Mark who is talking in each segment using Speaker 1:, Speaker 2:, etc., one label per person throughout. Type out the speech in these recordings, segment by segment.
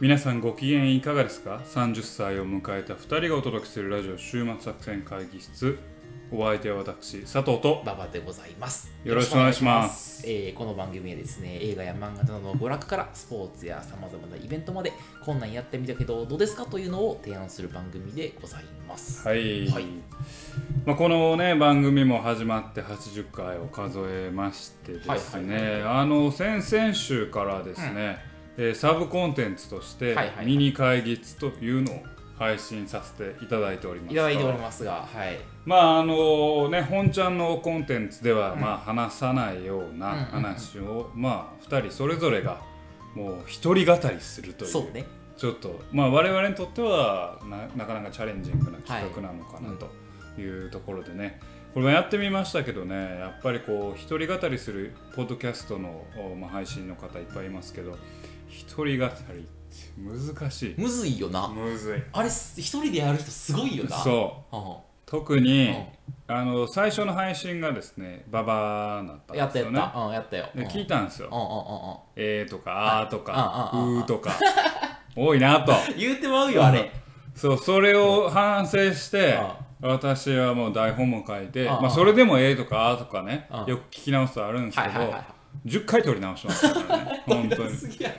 Speaker 1: 皆さんご機嫌いかがですか ?30 歳を迎えた2人がお届けするラジオ週末作戦会議室お相手は私佐藤と
Speaker 2: ババでございます。
Speaker 1: よろしくお願いします
Speaker 2: よろしくお願いします。えーこの番組はですね、映画や漫画などの娯楽からスポーツやさまざまなイベントまで、こんなんやってみたけど、どうですかというのを提案する番組でございます。
Speaker 1: はい、
Speaker 2: はい
Speaker 1: まあ、このね番組も始まって80回を数えましてですね、
Speaker 2: はいは
Speaker 1: あの先々週からですね、えーサブコンテンツとして
Speaker 2: はいはい
Speaker 1: ミニ会議室というのを配信させていただいております
Speaker 2: いただいておりますが、はい。
Speaker 1: まああのね本ちゃんのコンテンツでは、まあ話さないような話を、まあ2人それぞれがもう一人語りするという
Speaker 2: そうね。
Speaker 1: ちょっとまあ我々にとってはななかなかチャレンジングな企画なのかな
Speaker 2: はい
Speaker 1: というところでね、これもやってみましたけどねやっぱりこう一人語りするポッドキャストの、おまあ、配信の方いっぱいいますけど一人語りって難しい
Speaker 2: むずいよな。
Speaker 1: むずい
Speaker 2: あれ、す一人でやる人すごいよな。う。
Speaker 1: そう特に、あの最初の配信がですねババーだった
Speaker 2: ん、や
Speaker 1: ん
Speaker 2: っ
Speaker 1: です
Speaker 2: たや
Speaker 1: よ
Speaker 2: っ
Speaker 1: ね
Speaker 2: た。うん、やったよ。
Speaker 1: で聞い
Speaker 2: た。
Speaker 1: たんですよ
Speaker 2: うんうんうんうん。
Speaker 1: 「えー」とか「あー」とか「
Speaker 2: ああああ
Speaker 1: うー」と か多いなと
Speaker 2: 言うてまうよ、あれ。
Speaker 1: そうそれを反省して
Speaker 2: あ
Speaker 1: 私はもう台本も書いて
Speaker 2: ああ
Speaker 1: まあ、それでも「えー」とか「あー」とかね
Speaker 2: ああ
Speaker 1: よく聞き直すとあるんです
Speaker 2: は
Speaker 1: け
Speaker 2: いはいはい
Speaker 1: ど
Speaker 2: は
Speaker 1: 10回撮り直しましたから ね
Speaker 2: い。
Speaker 1: 本当に
Speaker 2: すげえ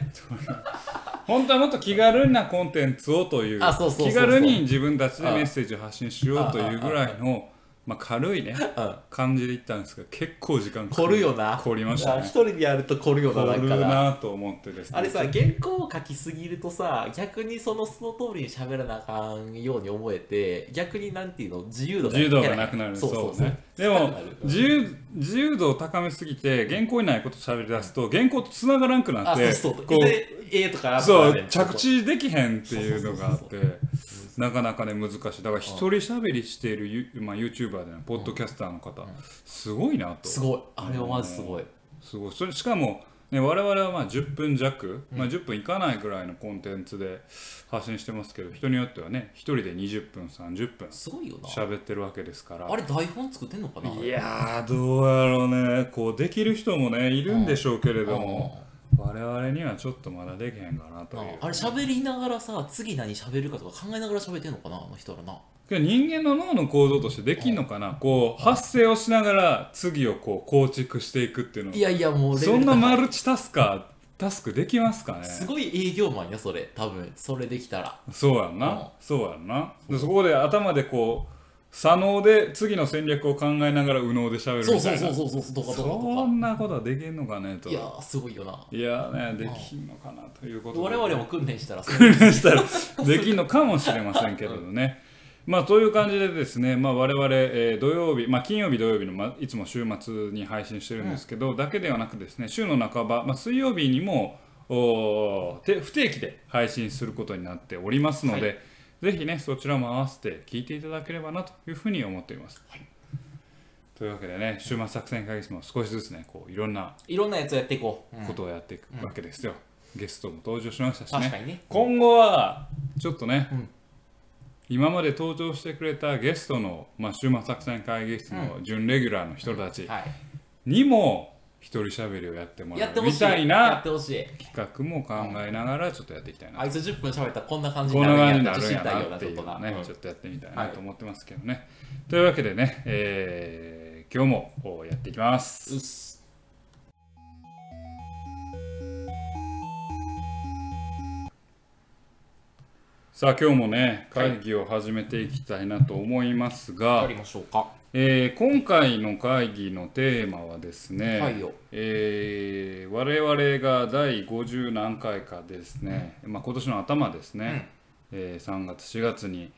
Speaker 1: 本当はもっと気軽なコンテンツをという
Speaker 2: あそうそうそうそう
Speaker 1: 気軽に自分たちでメッセージを発信しようというぐらいのまあ、軽いね
Speaker 2: うん。
Speaker 1: 感じで行ったんですけど結構時間かか
Speaker 2: 凝るよな。
Speaker 1: 凝りました
Speaker 2: あ一
Speaker 1: ね
Speaker 2: 人でやると凝るよな、
Speaker 1: 凝
Speaker 2: だ
Speaker 1: る
Speaker 2: から。
Speaker 1: なと思ってですね
Speaker 2: あれさ、原稿を書きすぎるとさ、逆にそのその通りに喋らなあかんように思えて、逆になんていうの、自由度が
Speaker 1: 柔道がなくなる
Speaker 2: そうそうそう。
Speaker 1: ねで
Speaker 2: な
Speaker 1: も
Speaker 2: くなる
Speaker 1: 自由自由度を高めすぎて原稿にないこと喋り出すと原稿と繋がらんくな
Speaker 2: あ、
Speaker 1: っ
Speaker 2: そう
Speaker 1: て
Speaker 2: そう。
Speaker 1: こう
Speaker 2: で、ええとかあった
Speaker 1: そ
Speaker 2: ら
Speaker 1: う
Speaker 2: ね
Speaker 1: 着。地できへんっていうのがあっ
Speaker 2: そう
Speaker 1: てなかなかね難しいだから一人喋りしているユ、まあ、YouTuber でねポッドキャスターの方すごいなと
Speaker 2: すごい。あれはまずすごい。
Speaker 1: すごいそれしかも、ね、我々はまあ10分弱、まあ、10分いかないぐらいのコンテンツで発信してますけど人によってはね1人で20分30分
Speaker 2: すごいよな。
Speaker 1: 喋ってるわけですから
Speaker 2: あれ台本作ってんのかない
Speaker 1: やーどうやろうねこうできる人もねいるんでしょうけれども我々にはちょっとまだできへんかな
Speaker 2: う
Speaker 1: と
Speaker 2: ん
Speaker 1: いう
Speaker 2: あれ喋りながらさ、次何喋るかとか考えながら喋ってんのかなあの人らな。
Speaker 1: けど人間の脳の構造としてできんのかなこう発生をしながら次をこう構築していくっていうの
Speaker 2: いやいや、もうレベ
Speaker 1: そ
Speaker 2: ル
Speaker 1: ん
Speaker 2: 高
Speaker 1: ないマルチタスカタスクできますかね
Speaker 2: すごい営業マンや、それ。多分、それできたら。
Speaker 1: そうやん
Speaker 2: うん
Speaker 1: な、そうやんなでそこで頭でこう左脳で次の戦略を考えながら右脳で喋るみたい
Speaker 2: そう
Speaker 1: な
Speaker 2: そうそうそうそう、とかとかと
Speaker 1: そ
Speaker 2: か。
Speaker 1: んなことはできんのかねと
Speaker 2: いやー、すごいよな。
Speaker 1: いやーねできんのかなということで
Speaker 2: 我々も訓練したら、そ
Speaker 1: 訓練したら できんのかもしれませんけれどね。まあ、という感じでですね、まあ、我々、えー土曜日、まあ、金曜日、土曜日の、まあ、いつも週末に配信してるんですけど、だけではなくですね週の半ば、まあ、水曜日にもおーて不定期で配信することになっておりますので、ぜひねそちらも合わせて聞いていただければなというふうに思っています。というわけでね週末作戦会議室も少しずつねこういろんない
Speaker 2: ろんなやつをやっていこう。
Speaker 1: ことをやっていくわけですよ。ゲストも登場しましたしね
Speaker 2: 確。かにね。
Speaker 1: 今後はちょっとね、
Speaker 2: うん
Speaker 1: 今まで登場してくれたゲストの、まあ、週末作戦会議室の準レギュラーの人たち
Speaker 2: は
Speaker 1: にも一人しゃべりをやっても
Speaker 2: い。や
Speaker 1: ら
Speaker 2: って
Speaker 1: う
Speaker 2: ほ
Speaker 1: み
Speaker 2: しい。
Speaker 1: たい
Speaker 2: やっ
Speaker 1: な
Speaker 2: てほしい。
Speaker 1: 企画も考えながらちょっとやっていきたいな
Speaker 2: あいつ10分喋ったらこんな感じ
Speaker 1: こんな感じに
Speaker 2: や
Speaker 1: な
Speaker 2: っ
Speaker 1: る
Speaker 2: て
Speaker 1: ん
Speaker 2: 知
Speaker 1: や
Speaker 2: りたいよう
Speaker 1: な
Speaker 2: な
Speaker 1: っ
Speaker 2: こ
Speaker 1: てい
Speaker 2: とが。
Speaker 1: う
Speaker 2: う
Speaker 1: ね
Speaker 2: ん
Speaker 1: ちょっとやってみたいなと思ってますけどねというわけでね、えー今日もこうやっていきます
Speaker 2: うっす。
Speaker 1: さあ今日もね
Speaker 2: はい
Speaker 1: 会議を始めていきたいなと思いますが、
Speaker 2: やりましょうか。
Speaker 1: えー今回の会議のテーマはですね、
Speaker 2: はいよ。
Speaker 1: えー我々が第50何回かですね、まあ、今年の頭ですね、えー3月4月に、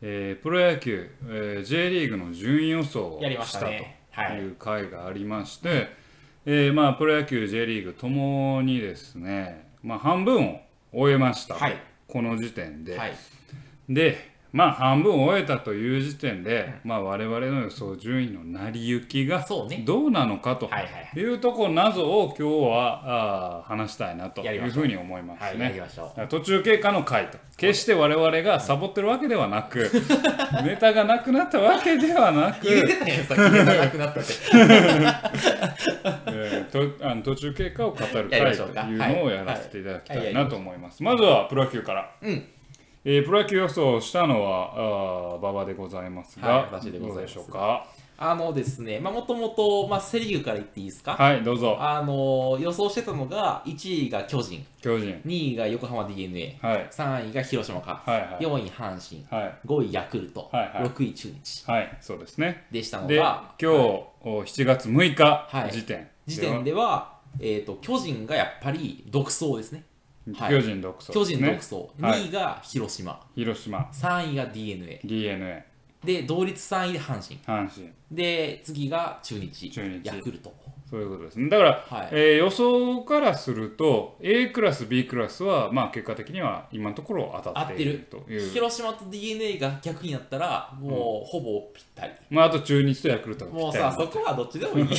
Speaker 1: えープロ野球、えー J リーグの順位予想を
Speaker 2: やりま
Speaker 1: し
Speaker 2: したた
Speaker 1: と
Speaker 2: ね。はい
Speaker 1: い。う会がありまして、えーまあ、プロ野球 J リーグともにですね、まあ、半分を終えました、
Speaker 2: はい
Speaker 1: この時点で。
Speaker 2: はい。
Speaker 1: で、まあ半分終えたという時点で、まあ我々の予想順位の成り行きが
Speaker 2: そうね
Speaker 1: どうなのかと
Speaker 2: はいはいはい
Speaker 1: いうとこ謎を今日はあー話したいなと
Speaker 2: やり
Speaker 1: い
Speaker 2: ま
Speaker 1: う
Speaker 2: し
Speaker 1: ふ
Speaker 2: ょう
Speaker 1: うに思いま
Speaker 2: は
Speaker 1: す
Speaker 2: い、やり
Speaker 1: ね。
Speaker 2: ましょう。
Speaker 1: 途中経過の回と決して我々がサボってるわけではな くネタがなくなったわけではなく
Speaker 2: 言えてたよ、さっき言えなくなったって。
Speaker 1: えーとあの 途中経過を語る
Speaker 2: やりま
Speaker 1: 会
Speaker 2: しょ
Speaker 1: と
Speaker 2: うか
Speaker 1: いうのをやらせていただきた
Speaker 2: はいはいいはい
Speaker 1: なと思います。まずはプロ野球から。
Speaker 2: うん
Speaker 1: えープロ野球予想をしたのはあー馬場でございますが、
Speaker 2: はい私でござい
Speaker 1: ど
Speaker 2: ます
Speaker 1: うでしょうか。
Speaker 2: あのですね、まあ、もともと、まあ、セ・リーグから言っていいですか、
Speaker 1: はい、どうぞ、
Speaker 2: あの予想してたのが、1位が巨人、
Speaker 1: 巨人。
Speaker 2: 2位が横浜 d n a
Speaker 1: はい、
Speaker 2: 3位が広島か、
Speaker 1: はいはい
Speaker 2: 4位阪神、
Speaker 1: はい、
Speaker 2: 5位ヤクルト、
Speaker 1: はいはい
Speaker 2: 6位中日
Speaker 1: はい、そうですね。
Speaker 2: でしたの
Speaker 1: で、
Speaker 2: が
Speaker 1: 今、日、お7月6日
Speaker 2: はい
Speaker 1: 時点。
Speaker 2: 時点では、えー、と巨人がやっぱり独走ですね。はい
Speaker 1: 巨人独走
Speaker 2: 巨
Speaker 1: です
Speaker 2: 人
Speaker 1: ね、
Speaker 2: 独走、
Speaker 1: はい
Speaker 2: 2位が広島、
Speaker 1: 広島、
Speaker 2: 3位が d n a
Speaker 1: d n a
Speaker 2: で同率3位で阪神、
Speaker 1: 阪神。
Speaker 2: で次が中日、
Speaker 1: 中日
Speaker 2: ヤクルト。
Speaker 1: そういうことですね。だから、
Speaker 2: はい
Speaker 1: えー予想からすると A クラス B クラスはまあ結果的には今のところ当た
Speaker 2: 合
Speaker 1: っ
Speaker 2: ってて
Speaker 1: いる
Speaker 2: る
Speaker 1: という。
Speaker 2: 広島と d n a が逆になったらもうほぼぴったり、
Speaker 1: まああと中日とヤクルトが
Speaker 2: もう
Speaker 1: ぴった
Speaker 2: さ
Speaker 1: り
Speaker 2: そこはどっちでもいい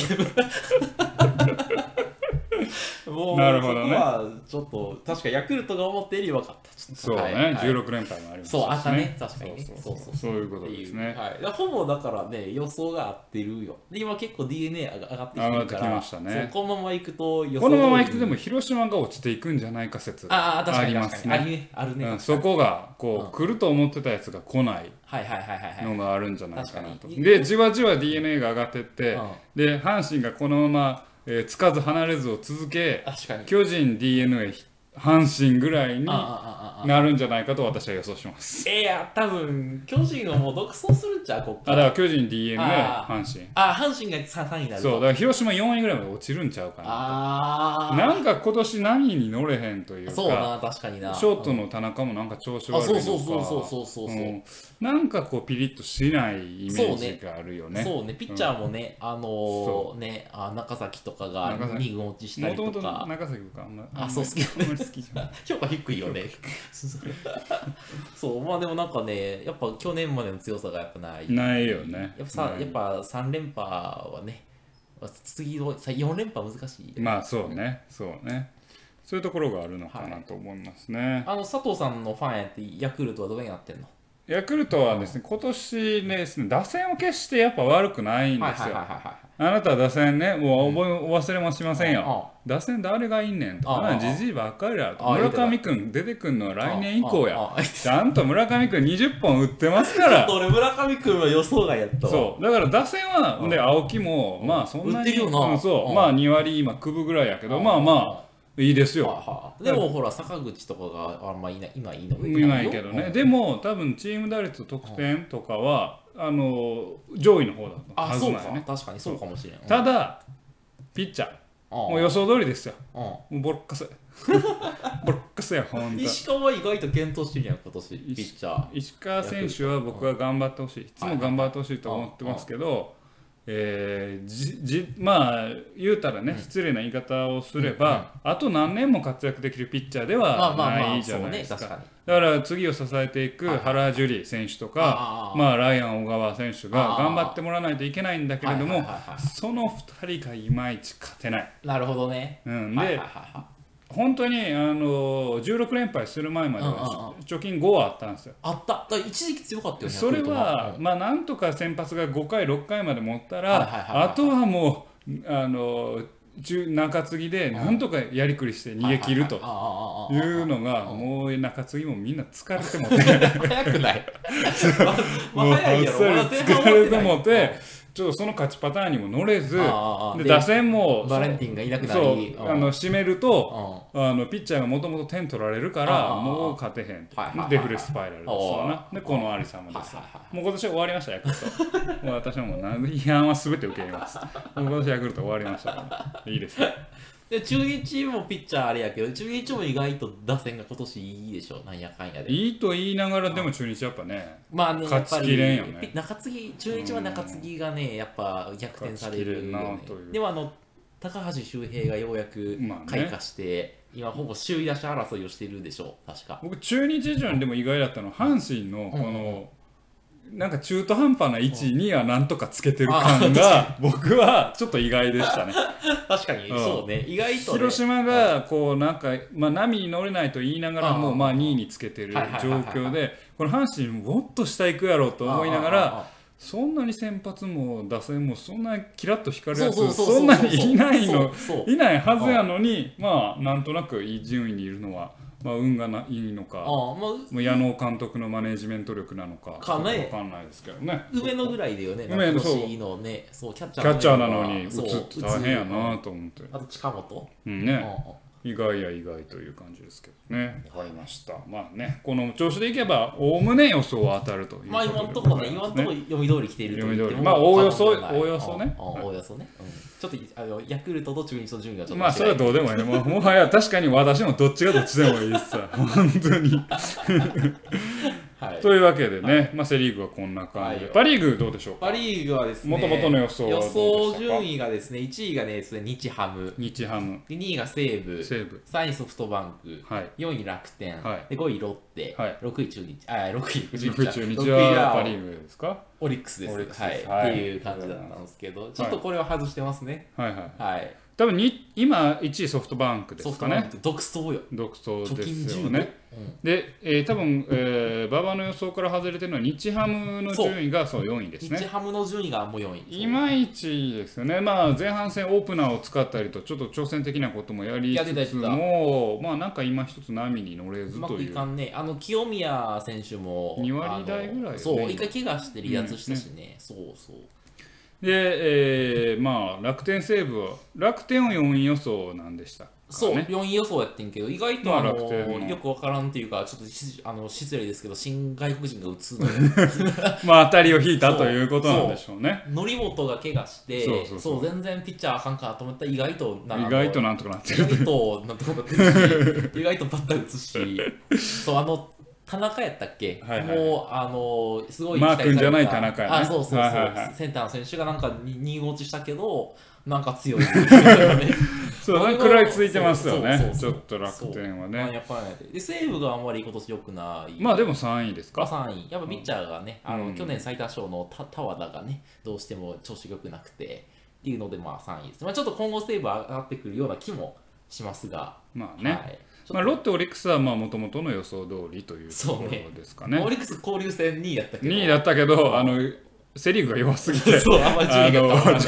Speaker 2: もう
Speaker 1: なるほどね
Speaker 2: そこはちょっと確かヤクルトが思ってより分かったちょっと
Speaker 1: そうね、
Speaker 2: はいはい
Speaker 1: 16連敗もありましたし、
Speaker 2: そうあったね確かにね
Speaker 1: そう
Speaker 2: そ
Speaker 1: そうう
Speaker 2: そ
Speaker 1: そううそういうことです
Speaker 2: って
Speaker 1: ね
Speaker 2: いう。はい、だからほぼだからね予想が合ってるよで今結構 d n a が上がってきてるから
Speaker 1: 上がってきましたね
Speaker 2: そうこのままいくと予
Speaker 1: このままいくと
Speaker 2: 通り
Speaker 1: でも広島が落ちていくんじゃないか説
Speaker 2: ああ確
Speaker 1: あ
Speaker 2: かに
Speaker 1: りま
Speaker 2: 確か
Speaker 1: す
Speaker 2: にあ
Speaker 1: ね。
Speaker 2: りねあるね、
Speaker 1: うん、そこがこう、来ると思ってたやつが来ない
Speaker 2: はいはいはいはいはい
Speaker 1: のがあるんじゃないかなと。
Speaker 2: 確かに
Speaker 1: でじわじわ d n a が上がってって、
Speaker 2: うん
Speaker 1: で阪神がこのまま、えーつかず離れずを続け
Speaker 2: 確かに
Speaker 1: 巨人 d n a 阪神ぐらいに
Speaker 2: ああ
Speaker 1: な
Speaker 2: ああああ
Speaker 1: るんじゃないかと私は予想します。
Speaker 2: いや、多分巨人はもう独走するんちゃう、こっ
Speaker 1: あ
Speaker 2: か。
Speaker 1: だからら巨人 d n a
Speaker 2: あ
Speaker 1: 阪神
Speaker 2: あ、阪神が3位になる
Speaker 1: そうだ
Speaker 2: と。
Speaker 1: から広島4位ぐらいまで落ちるんちゃうかな。
Speaker 2: あ
Speaker 1: なんか今年波に乗れへんとい
Speaker 2: あ、
Speaker 1: う
Speaker 2: そう
Speaker 1: か。
Speaker 2: な、確かにな。
Speaker 1: ショートの田中もなんか調子悪いのか
Speaker 2: あそうそうそうそうそうそうそうん
Speaker 1: なんかこうピリッとしないイメージがあるよね
Speaker 2: そうね、ピッチャーもね、あの
Speaker 1: そ
Speaker 2: ー、ね、あ中崎とかが
Speaker 1: 中崎
Speaker 2: 2軍落ちした
Speaker 1: も
Speaker 2: り
Speaker 1: とも
Speaker 2: と
Speaker 1: と
Speaker 2: か、
Speaker 1: 中崎君あんま
Speaker 2: あそう好き
Speaker 1: あんまり好きじゃない
Speaker 2: 評価低いよね。 そう、まあでもなんかね、やっぱ去年までの強さがやっぱない。や
Speaker 1: ないよね
Speaker 2: っぱさ
Speaker 1: う、ん
Speaker 2: やっぱ3連覇はね、次のさ4連覇難しいよね。
Speaker 1: まあそうねそうねそういうところがあるのかなと思いますね、
Speaker 2: あの佐藤さんのファンやって、ヤクルトはどうなってんの
Speaker 1: ヤクルトはですね、今年ねですね、打線を決してやっぱ悪くないん
Speaker 2: はい
Speaker 1: です
Speaker 2: はいはい
Speaker 1: よ。
Speaker 2: はいはい。
Speaker 1: あなた打線ね、もう覚え、お忘れもしません
Speaker 2: うんうん
Speaker 1: よ。打線誰がいんねんと。
Speaker 2: うんうんうん
Speaker 1: あじじいばっかりだと。
Speaker 2: あ言
Speaker 1: 村
Speaker 2: うてた
Speaker 1: 上君出てくんのは来年以降
Speaker 2: あ
Speaker 1: や。
Speaker 2: ああ
Speaker 1: ちゃんと村上君20本打ってますから。
Speaker 2: 俺村上君は予想外やったわ
Speaker 1: そう。だから打線は、
Speaker 2: うん
Speaker 1: で、青木も、まあそんなに。
Speaker 2: 打ってるよな
Speaker 1: うんそうう。
Speaker 2: ん
Speaker 1: まあ2割今、くぶぐらいやけど、まあまあ、いいですよ。
Speaker 2: はあでもほら坂口とかがあんまいない今いない
Speaker 1: 見ないけどね、でも多分チーム打率と得点とかは、あの上位の方だった
Speaker 2: あ
Speaker 1: はず
Speaker 2: そう
Speaker 1: な
Speaker 2: か
Speaker 1: んよね
Speaker 2: 確かにそうかもしれん
Speaker 1: ただピッチャー
Speaker 2: うん
Speaker 1: もう予想通りですよ
Speaker 2: う
Speaker 1: もうボロッカス ボロッカスやほん
Speaker 2: ん
Speaker 1: と
Speaker 2: 石川意外と検討してるやん今年ピッチャー
Speaker 1: 石川選手は僕は頑張ってほしいいつも頑張ってほしいと思ってますけど、えーじじまあ言うたらね、失礼な言い方をすれば、あと何年も活躍できるピッチャーで
Speaker 2: ま
Speaker 1: は
Speaker 2: あまあ
Speaker 1: な
Speaker 2: まあ
Speaker 1: いじゃ
Speaker 2: そう
Speaker 1: ない
Speaker 2: ね
Speaker 1: です
Speaker 2: 確かに
Speaker 1: だから次を支えていく原樹里選手と
Speaker 2: あ
Speaker 1: か、
Speaker 2: あ
Speaker 1: まあ、ライアン小川選手が
Speaker 2: ああ
Speaker 1: 頑張ってもらわないといけないんだけれど
Speaker 2: はい
Speaker 1: も
Speaker 2: はいはいはい
Speaker 1: その2人がいまいち勝てない。
Speaker 2: なるほどね
Speaker 1: うん、
Speaker 2: はいはい
Speaker 1: で
Speaker 2: はいはい
Speaker 1: 本当にあの16連敗する前まで
Speaker 2: うんうん
Speaker 1: は貯金5はあったんですよ。
Speaker 2: あっただから一時期強かったよね
Speaker 1: それ
Speaker 2: ヤクルトが
Speaker 1: はまあなんとか先発が5回6回まで持った
Speaker 2: はいはいはいは
Speaker 1: ら
Speaker 2: い
Speaker 1: あとはもうあの中中継ぎでなんとかやりくりして逃げ切ると
Speaker 2: ああああああ
Speaker 1: いうのがもう中継ぎもみんな疲れてもて
Speaker 2: 早くない ま
Speaker 1: もう
Speaker 2: ま
Speaker 1: あっ
Speaker 2: あ
Speaker 1: さ
Speaker 2: 早
Speaker 1: り
Speaker 2: いやろまだ前半
Speaker 1: 疲
Speaker 2: 終わ
Speaker 1: れて
Speaker 2: ってない
Speaker 1: もて、ちょっとその勝ちパターンにも乗れず、
Speaker 2: ああああ
Speaker 1: で
Speaker 2: で
Speaker 1: 打線も、
Speaker 2: バレンティンがいなくなり
Speaker 1: そう
Speaker 2: うん
Speaker 1: あの締めると、あのピッチャーがもともと点取られるか
Speaker 2: ああ
Speaker 1: ら、
Speaker 2: ああ
Speaker 1: もう勝てへん
Speaker 2: はいはいはいはい
Speaker 1: デフレスパイラルですわな。で、この有様
Speaker 2: はい
Speaker 1: です
Speaker 2: はいはい。
Speaker 1: もう今年は終わりました、ヤクルト。もう私はもう何の批判は全て受け入れます。もう今年ヤクルト終わりましたから。いいですね。
Speaker 2: で中日もピッチャーあれやけど中日も意外と打線が今年いいでしょなんやかんやで
Speaker 1: いいと言いながら、でも中日やっぱね、
Speaker 2: まあねや
Speaker 1: 勝
Speaker 2: っ
Speaker 1: ち
Speaker 2: ぱり
Speaker 1: きれんよね
Speaker 2: ピ中継ぎ中日は中継ぎがねやっぱ逆転されるよ、ね
Speaker 1: 勝ちきれんなという
Speaker 2: でもあの高橋周平がようやく
Speaker 1: まあね
Speaker 2: 開花して、今ほぼ首位打者争いをしているでしょ う確か
Speaker 1: 僕中日以上にでも意外だったのは阪神のこの、なんか中途半端な位置にはなんとかつけてる感が僕はちょっと意外でしたね。
Speaker 2: 確かに、
Speaker 1: うん
Speaker 2: そうね意外と、ね、
Speaker 1: 広島がこうなんか、まあ、波に乗れないと言いながらも
Speaker 2: あー
Speaker 1: うまあ2位につけてる状
Speaker 2: はいはいはいはい
Speaker 1: 況でこの阪神もっと下行くやろうと思いながらそんなに先発も打線もそんなにキラッと光るやつそんなにいないの
Speaker 2: そうそう
Speaker 1: いないはずやのにまあなんとなくいい順位にいるのは、まあ、運がないいのか
Speaker 2: ああまあう
Speaker 1: もう矢野監督のマネージメント力なのか
Speaker 2: かね
Speaker 1: 分かんないですけどね。
Speaker 2: 上野ぐらいだよね
Speaker 1: 梅野そう
Speaker 2: 夏のねそうキャッチ
Speaker 1: キ
Speaker 2: ャー
Speaker 1: ャッチャーなのに打つ
Speaker 2: そう
Speaker 1: って大変やな
Speaker 2: 打つ
Speaker 1: と思って、
Speaker 2: あと近本、
Speaker 1: うん
Speaker 2: う
Speaker 1: ね
Speaker 2: んう
Speaker 1: 意外や意外という感じですけどね。
Speaker 2: はい
Speaker 1: わかりました。まあね、この調子でいけば、おおむね予想は当たるとい
Speaker 2: ん
Speaker 1: う
Speaker 2: まあ今のところね、今のところ読み通り来ていると言って
Speaker 1: 読
Speaker 2: も
Speaker 1: み通りまあおおよそ
Speaker 2: 過言ではない
Speaker 1: おおよそね
Speaker 2: うんうんおおよそね、うんちょっとあのヤクルトと中日の順位がちょっと
Speaker 1: まあそれは
Speaker 2: う
Speaker 1: どうでもいいね。もうも はや確かに私もどっちがどっちでもいいです さ、本当に。
Speaker 2: はい
Speaker 1: というわけでね、まあセ・リーグはこんな感じ
Speaker 2: は
Speaker 1: で。
Speaker 2: い
Speaker 1: パ・リーグどうでしょう
Speaker 2: パ・
Speaker 1: か
Speaker 2: リーグはですね
Speaker 1: 元々の予想はどう
Speaker 2: 予
Speaker 1: でしたか
Speaker 2: 想順位がですね1位がねそれ日ハム
Speaker 1: 日ハム、
Speaker 2: で2位が西武
Speaker 1: 西武。
Speaker 2: 3位ソフトバンク
Speaker 1: はい。
Speaker 2: 4位楽天、
Speaker 1: はい
Speaker 2: で5位ロッテ、
Speaker 1: はい
Speaker 2: 6位中日あ6
Speaker 1: 中
Speaker 2: 位中
Speaker 1: 日
Speaker 2: 日6位
Speaker 1: は
Speaker 2: が
Speaker 1: パ・リーグですか
Speaker 2: オリックスで
Speaker 1: オリック
Speaker 2: す
Speaker 1: スです
Speaker 2: は、
Speaker 1: はいい
Speaker 2: っていう感じだったんですけど、ちょっとこれは外してますね
Speaker 1: はいはい。
Speaker 2: はい
Speaker 1: 多分に今1位ソフトバンクで
Speaker 2: ソ
Speaker 1: す
Speaker 2: フト
Speaker 1: か
Speaker 2: バン
Speaker 1: ね
Speaker 2: ク。独走よ
Speaker 1: 独走
Speaker 2: 貯
Speaker 1: で
Speaker 2: 金
Speaker 1: す
Speaker 2: 10
Speaker 1: よ
Speaker 2: 秒、
Speaker 1: ね。で、えー、多分、えー、馬場の予想から外れてるのは日ハムの順位がそう4位です
Speaker 2: 日
Speaker 1: ね。
Speaker 2: ハムの順位がもう4位
Speaker 1: いまいちですよね、まあ、前半戦オープナーを使ったりとちょっと挑戦的なこともやり
Speaker 2: やってたや
Speaker 1: つ
Speaker 2: っ
Speaker 1: つ
Speaker 2: てた
Speaker 1: もまあなんか今一つ波に乗れ
Speaker 2: う
Speaker 1: ず
Speaker 2: まく
Speaker 1: と
Speaker 2: い
Speaker 1: いう
Speaker 2: かんねあの清宮選手も
Speaker 1: 二割台ぐらいよね
Speaker 2: あのそう一回怪我して離脱したしね、そうそう
Speaker 1: で、えーまあ、楽天西武は楽天を4位予想なんでしたか、ね、
Speaker 2: そう、4位予想やってんけど、意外と
Speaker 1: まあ
Speaker 2: あの、
Speaker 1: 楽天の
Speaker 2: よくわからんっていうか、ちょっとしあの失礼ですけど、新外国人が打つ のよ
Speaker 1: まあ当たりを引いた
Speaker 2: そう
Speaker 1: ということなんでしょうね
Speaker 2: 則本が怪我して、
Speaker 1: そ
Speaker 2: そうう
Speaker 1: そうそう
Speaker 2: 全然ピッチャーあかんかと思ったら、意外とな
Speaker 1: 意外となんとかなって
Speaker 2: 意
Speaker 1: る
Speaker 2: 外となんてことなってるし、意外とバッター打 つし、そう、あの、田中やったっけ、
Speaker 1: はいはいはい
Speaker 2: もう、あの、すごい
Speaker 1: マー君じゃない
Speaker 2: 期待された
Speaker 1: 田中やね
Speaker 2: あ、そうそうそう、
Speaker 1: はいはいはい
Speaker 2: センターの選手がなんか2号落ちしたけど、なんか強いっていうね。
Speaker 1: そうなんか食らいついてますよね
Speaker 2: そうそう
Speaker 1: ち
Speaker 2: そ
Speaker 1: ょ
Speaker 2: う
Speaker 1: っと楽天は
Speaker 2: まあ
Speaker 1: ね
Speaker 2: やっぱりねで西武があんまり今年良くない。
Speaker 1: まあでも3位ですか
Speaker 2: 3位、やっぱピッチャーがね、あ
Speaker 1: う
Speaker 2: の
Speaker 1: ん
Speaker 2: 去年最多勝の田田和田がね、どうしても調子が良くなくてっていうので、まあ3位です。まあ、ちょっと今後、セーブ上がってくるような気もしますが、
Speaker 1: まあね、
Speaker 2: はいちょっと
Speaker 1: まあ、ロッテ、オリックスはもともとの予想通りというところですかね。
Speaker 2: オリックス交流戦2位やったけど、
Speaker 1: 2位だったけど、あのセ・リーグが弱すぎて、
Speaker 2: そう、あんまり順位が変わらない。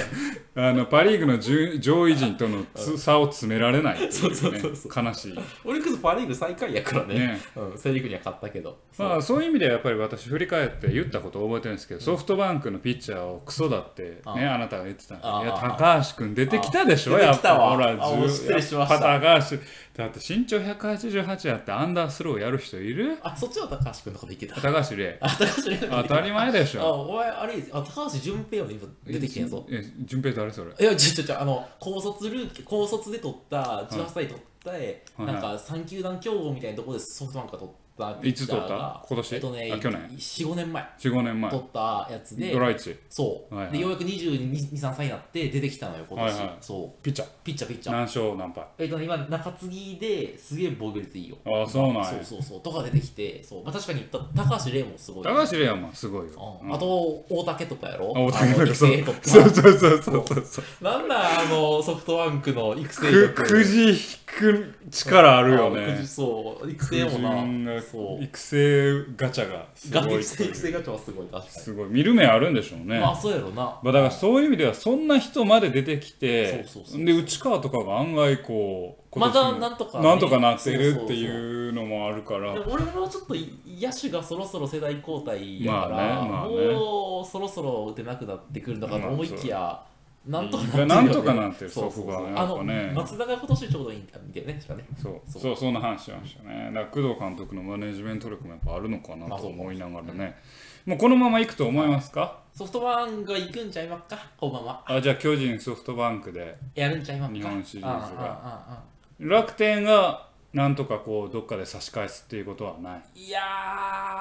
Speaker 1: あの パ・リーグの順位上位陣とのつ差を詰められないと
Speaker 2: そうそう
Speaker 1: い
Speaker 2: そうう
Speaker 1: ね
Speaker 2: そ
Speaker 1: 悲しい。
Speaker 2: オリックス、パ・リーグ最下位やからね、
Speaker 1: ね
Speaker 2: うん、セ・リーグには勝ったけど、
Speaker 1: まあ、そういう意味ではやっぱり私、振り返って言ったことを覚えてるんですけど、ソフトバンクのピッチャーをクソだって、
Speaker 2: あ
Speaker 1: ね、あなたが言ってたんですけど
Speaker 2: あ
Speaker 1: いや、
Speaker 2: あ
Speaker 1: 高橋君出てきたでしょ、
Speaker 2: あ出
Speaker 1: や
Speaker 2: て
Speaker 1: っ
Speaker 2: きた
Speaker 1: ぱ
Speaker 2: わ
Speaker 1: ほら、
Speaker 2: あもう失礼しました
Speaker 1: やっぱ高橋、だって身長188やって、アンダースローやる人いる
Speaker 2: あそっちは高橋君のこと言ってた。
Speaker 1: 高橋礼、
Speaker 2: あ、高 橋君
Speaker 1: 当たり前でしょ
Speaker 2: あ、。お前、あれですあ、高橋純平は今出てきてんぞ。
Speaker 1: え、順平誰それ。
Speaker 2: いや、ちょちょちょ、あの、高卒ルーキー、高卒で取った、18歳取った、
Speaker 1: い
Speaker 2: なんか3球団競合みたいなところでソフトバンクが取った
Speaker 1: いつ取った
Speaker 2: ピッチャーが
Speaker 1: 今年
Speaker 2: えっとね、
Speaker 1: あ去年
Speaker 2: ?4、5年前
Speaker 1: 四五年前。
Speaker 2: 取ったやつで
Speaker 1: ド、ライチ、
Speaker 2: そう、
Speaker 1: はいはい
Speaker 2: で、ようやく22、3歳になって出てきたのよ、今年。
Speaker 1: はいはい
Speaker 2: そう、
Speaker 1: ピッチャー。
Speaker 2: ピッチャー、ピッチャー。
Speaker 1: 何勝何敗。
Speaker 2: えっとね、今、中継ぎですげえ防御率いいよ。
Speaker 1: ああ、そうなん
Speaker 2: そう
Speaker 1: や。
Speaker 2: そうそう、とか出てきて、そう、まあ、確かにた高橋玲もすごい。
Speaker 1: 高橋玲はまあすごいよ。
Speaker 2: うんあと、大竹とかやろ
Speaker 1: うん、あ、お互いのそう
Speaker 2: あの育成取った
Speaker 1: そうそうそうそうそうそう。
Speaker 2: なんだあのソフトバンクの育成
Speaker 1: く、くじ引く力あるよ
Speaker 2: あく
Speaker 1: ね
Speaker 2: じ。そう育
Speaker 1: く
Speaker 2: 成も
Speaker 1: じ
Speaker 2: な
Speaker 1: が
Speaker 2: そう
Speaker 1: 育成ガチャがす
Speaker 2: が
Speaker 1: ごい
Speaker 2: 育
Speaker 1: って
Speaker 2: 成
Speaker 1: い
Speaker 2: 育成
Speaker 1: う。
Speaker 2: がちはすごい確か
Speaker 1: すごい。見る目あるんでしょう
Speaker 2: に
Speaker 1: ね。
Speaker 2: まあそうやろな
Speaker 1: まあだからそういう意味ではそんな人まで出てきて
Speaker 2: そうそうそう
Speaker 1: で内川とかが案外こう
Speaker 2: ま
Speaker 1: 今
Speaker 2: だ
Speaker 1: 年
Speaker 2: なんとかね
Speaker 1: なんとかなってるって
Speaker 2: そうそう
Speaker 1: いうのもあるから
Speaker 2: そうでも俺もちょっと野手がそろそろ世代交代やか
Speaker 1: ま
Speaker 2: ら、
Speaker 1: あねまあね
Speaker 2: もうそろそろ出なくなってくるのかと思いきや、なんとか
Speaker 1: いや
Speaker 2: なってるよね
Speaker 1: なんとかなってる
Speaker 2: そうそうそう
Speaker 1: そこがやっぱ
Speaker 2: あの
Speaker 1: ね
Speaker 2: 松田が今年ちょうどいいんだみたいなね確かね
Speaker 1: そう
Speaker 2: そう
Speaker 1: そうそんな話しましたねだから工藤監督のマネジメント力もやっぱあるのかな
Speaker 2: まあ
Speaker 1: と
Speaker 2: そう
Speaker 1: 思いながらねもうこのままいくと思いますか
Speaker 2: ソフトバンクが行くんちゃいまっかこのまま
Speaker 1: あじゃあ巨人ソフトバンクで
Speaker 2: やるんちゃいまっか
Speaker 1: 日本シリーズが
Speaker 2: ああああああ
Speaker 1: 楽天がなんとかこうどっかで差し返すっていうことはない
Speaker 2: いや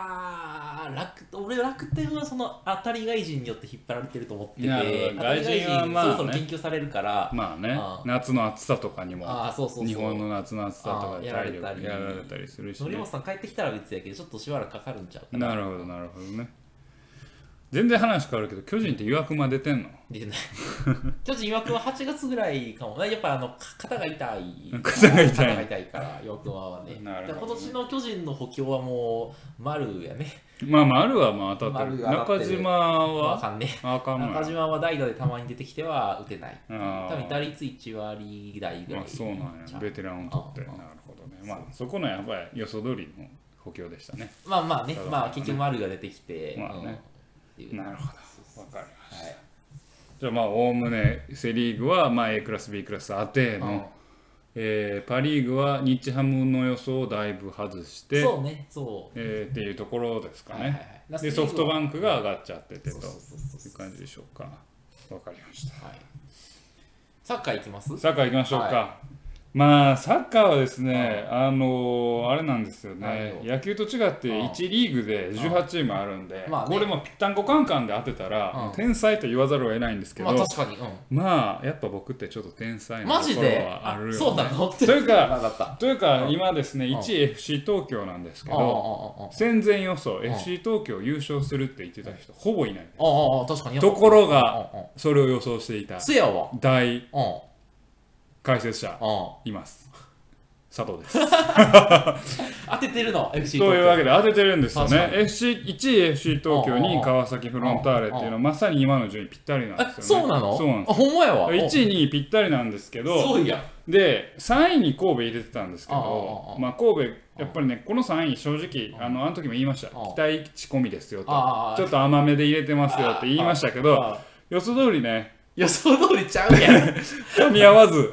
Speaker 2: ー楽俺楽天はその当たり外人によって引っ張られてると思ってて
Speaker 1: なるほど
Speaker 2: 当たり
Speaker 1: 外人はまあね
Speaker 2: そろそろ研究されるから、
Speaker 1: まあね
Speaker 2: あー
Speaker 1: 夏の暑さとかにも
Speaker 2: あーそうそうそう
Speaker 1: 日本の夏の暑さとかで
Speaker 2: あー
Speaker 1: 体力
Speaker 2: や
Speaker 1: や
Speaker 2: ら
Speaker 1: ら
Speaker 2: れ
Speaker 1: れ
Speaker 2: た
Speaker 1: たりするし、
Speaker 2: 則
Speaker 1: ね
Speaker 2: 本、さん帰ってきたら別やけどちょっとしばらくかかるんちゃうか
Speaker 1: なるほどなるほどね全然話変わるけど巨人って岩隈出てんの
Speaker 2: 出てない 巨人岩君は8月ぐらいかもねやっぱあのか肩が痛い
Speaker 1: 肩が痛い
Speaker 2: 肩が痛いから岩君はね
Speaker 1: なるほど
Speaker 2: 今年の巨人の補強はもう丸や ね
Speaker 1: まあ丸はまあ当たってる
Speaker 2: 丸当たっ
Speaker 1: 中
Speaker 2: てる
Speaker 1: 島
Speaker 2: わか
Speaker 1: は
Speaker 2: んねえ
Speaker 1: あかんない
Speaker 2: 中島は代打でたまに出てきては打てない
Speaker 1: あー
Speaker 2: 多分打率1割台ぐらい
Speaker 1: まあそうなん
Speaker 2: ちゃ
Speaker 1: や
Speaker 2: う
Speaker 1: ベテランを取って
Speaker 2: あ
Speaker 1: なるほどねまあそこのやっぱり予想通りの補強でしたね
Speaker 2: まあまあね
Speaker 1: そうだね
Speaker 2: まあ結局丸が出てきて、
Speaker 1: まあね
Speaker 2: うんっていう
Speaker 1: なるほど
Speaker 2: そう
Speaker 1: わかる
Speaker 2: そうはい
Speaker 1: じゃあまあおおむねセ・リーグはまあ A クラス B クラスアテーの、えーパ・リーグは日ハムの予想をだいぶ外して、
Speaker 2: そうねそう
Speaker 1: えーっていうところですかね、
Speaker 2: はいはいはいラス
Speaker 1: で
Speaker 2: トリーグ
Speaker 1: ソ
Speaker 2: は
Speaker 1: フトバンクが上がっちゃってて
Speaker 2: そ
Speaker 1: と
Speaker 2: うそうそう
Speaker 1: い
Speaker 2: そう
Speaker 1: う感じでしょうかわかりました
Speaker 2: はいサッカー行きます
Speaker 1: サッカー行きましょうか、
Speaker 2: は
Speaker 1: まあサッカーはですね、あのーあれなんですよね
Speaker 2: 何を
Speaker 1: 野球と違って
Speaker 2: うん
Speaker 1: 1リーグで18チームあるんで、
Speaker 2: まあね
Speaker 1: これもぴったんこカンカンで当てたら、
Speaker 2: うん
Speaker 1: 天才と言わざるを得ないんですけど、
Speaker 2: まあ確かにうん
Speaker 1: まあやっぱ僕ってちょっと天才な
Speaker 2: マ
Speaker 1: と
Speaker 2: ジ
Speaker 1: ころ
Speaker 2: で
Speaker 1: はあるよ、ね、
Speaker 2: そうなの
Speaker 1: というか
Speaker 2: なかった
Speaker 1: というか今ですね
Speaker 2: うん
Speaker 1: 1位 FC 東京なんですけ
Speaker 2: ああああ
Speaker 1: ど
Speaker 2: ああ
Speaker 1: 戦前予想
Speaker 2: ん
Speaker 1: FC 東京優勝するって言ってた人ほぼいない
Speaker 2: あああ確かに
Speaker 1: ところが
Speaker 2: うんうん
Speaker 1: それを予想していた
Speaker 2: せやわ
Speaker 1: 大
Speaker 2: うん
Speaker 1: 解説者
Speaker 2: う
Speaker 1: い
Speaker 2: ん
Speaker 1: ます佐藤です
Speaker 2: 当ててるの FC
Speaker 1: というわけで当ててるんですよね
Speaker 2: 確
Speaker 1: FC1 位 FC 東京
Speaker 2: うんうんう
Speaker 1: に
Speaker 2: ん
Speaker 1: 川崎フロンターレっていうのはまさに今の順位ぴったりなん
Speaker 2: え
Speaker 1: ですよね
Speaker 2: そうなの
Speaker 1: そうなんで
Speaker 2: あほんまやわ
Speaker 1: す
Speaker 2: 位
Speaker 1: 1位2位ぴったりなんですけど
Speaker 2: そうや
Speaker 1: で3位に神戸入れてたんですけ
Speaker 2: ああああ
Speaker 1: ど
Speaker 2: ああ
Speaker 1: まあ神戸やっぱりねこの3位正直あのあの時も言いました期
Speaker 2: ああ
Speaker 1: 待値込みですよと
Speaker 2: ああああ
Speaker 1: ちょっと甘めで入れてますよって言いましたけど
Speaker 2: あ
Speaker 1: 予想通りね
Speaker 2: 予想通りちゃう やん
Speaker 1: 噛み合わず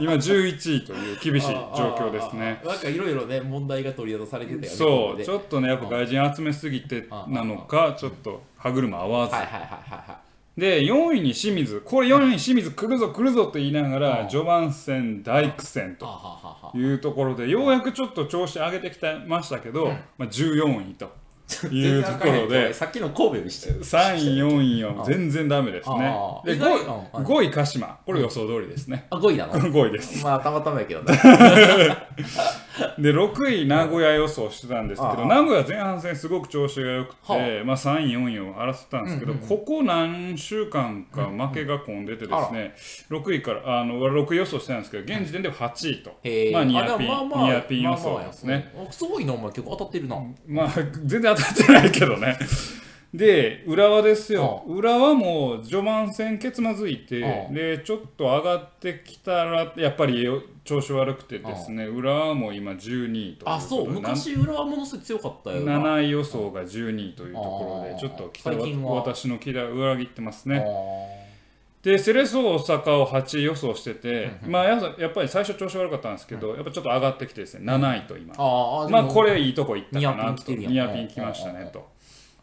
Speaker 1: 今11位という厳しい状況ですね
Speaker 2: あ。あああなんかいろいろね問題が取り出されてたよねここ
Speaker 1: そう
Speaker 2: で
Speaker 1: ちょっとねやっぱ外人集めすぎてなのかちょっと歯車合わず
Speaker 2: はいはいはいはいは
Speaker 1: で4位に清水これ4位に清水来るぞ来るぞと言いなが
Speaker 2: う
Speaker 1: ら
Speaker 2: ん
Speaker 1: 序盤戦大苦戦
Speaker 2: いは
Speaker 1: と
Speaker 2: あはあはあはあ
Speaker 1: いうところでようやくちょっと調子上げてきてましたけど、まあ、14位というところで
Speaker 2: さっきの神戸よりしてる
Speaker 1: 3位4位は全然ダメですね
Speaker 2: ああ
Speaker 1: で 5,
Speaker 2: 意外
Speaker 1: 位
Speaker 2: うん
Speaker 1: 5位鹿島これ予想通りですね
Speaker 2: あ5位なの
Speaker 1: 5位です
Speaker 2: まあたまたまやけどね
Speaker 1: で6位名古屋予想してたんですけ
Speaker 2: あ
Speaker 1: ど
Speaker 2: あ
Speaker 1: 名古屋前半戦すごく調子が良く
Speaker 2: は
Speaker 1: て、まあ、3位4位を争ってたんですけど、ここ何週間か負けが込んでてですね、6位からあの俺6位予想してたんですけど現時点では8位と、
Speaker 2: へー
Speaker 1: まあニアピン、
Speaker 2: でもまあまあ
Speaker 1: ニアピン予想ですね、
Speaker 2: まあまあやあすごいなお前結構当たってるな
Speaker 1: まあ、全然当たってないけどね。で、浦和ですよ。浦和も序盤戦、結つまずいて
Speaker 2: う、ん
Speaker 1: で、ちょっと上がってきたら、やっぱりよ調子悪くてですね、浦和も今12位ということで。
Speaker 2: あそう
Speaker 1: な
Speaker 2: 昔浦和ものすごい強かったよな
Speaker 1: 7位予想が12位というところ
Speaker 2: あ
Speaker 1: で、
Speaker 2: ー
Speaker 1: ちょっと期待
Speaker 2: 最近
Speaker 1: は
Speaker 2: は
Speaker 1: 私の期待を裏切ってます
Speaker 2: あ
Speaker 1: ね。でセレッソ大阪を8位予想してて、まあ、やっぱやっぱり最初調子悪かったんですけど、やっぱちょっと上がってきてですね7位と今
Speaker 2: ーあーで
Speaker 1: ま
Speaker 2: も
Speaker 1: あこれいいとこ行ったか
Speaker 2: ニアピ
Speaker 1: な
Speaker 2: ン来
Speaker 1: と
Speaker 2: てるやん
Speaker 1: ニアピン来ましたねと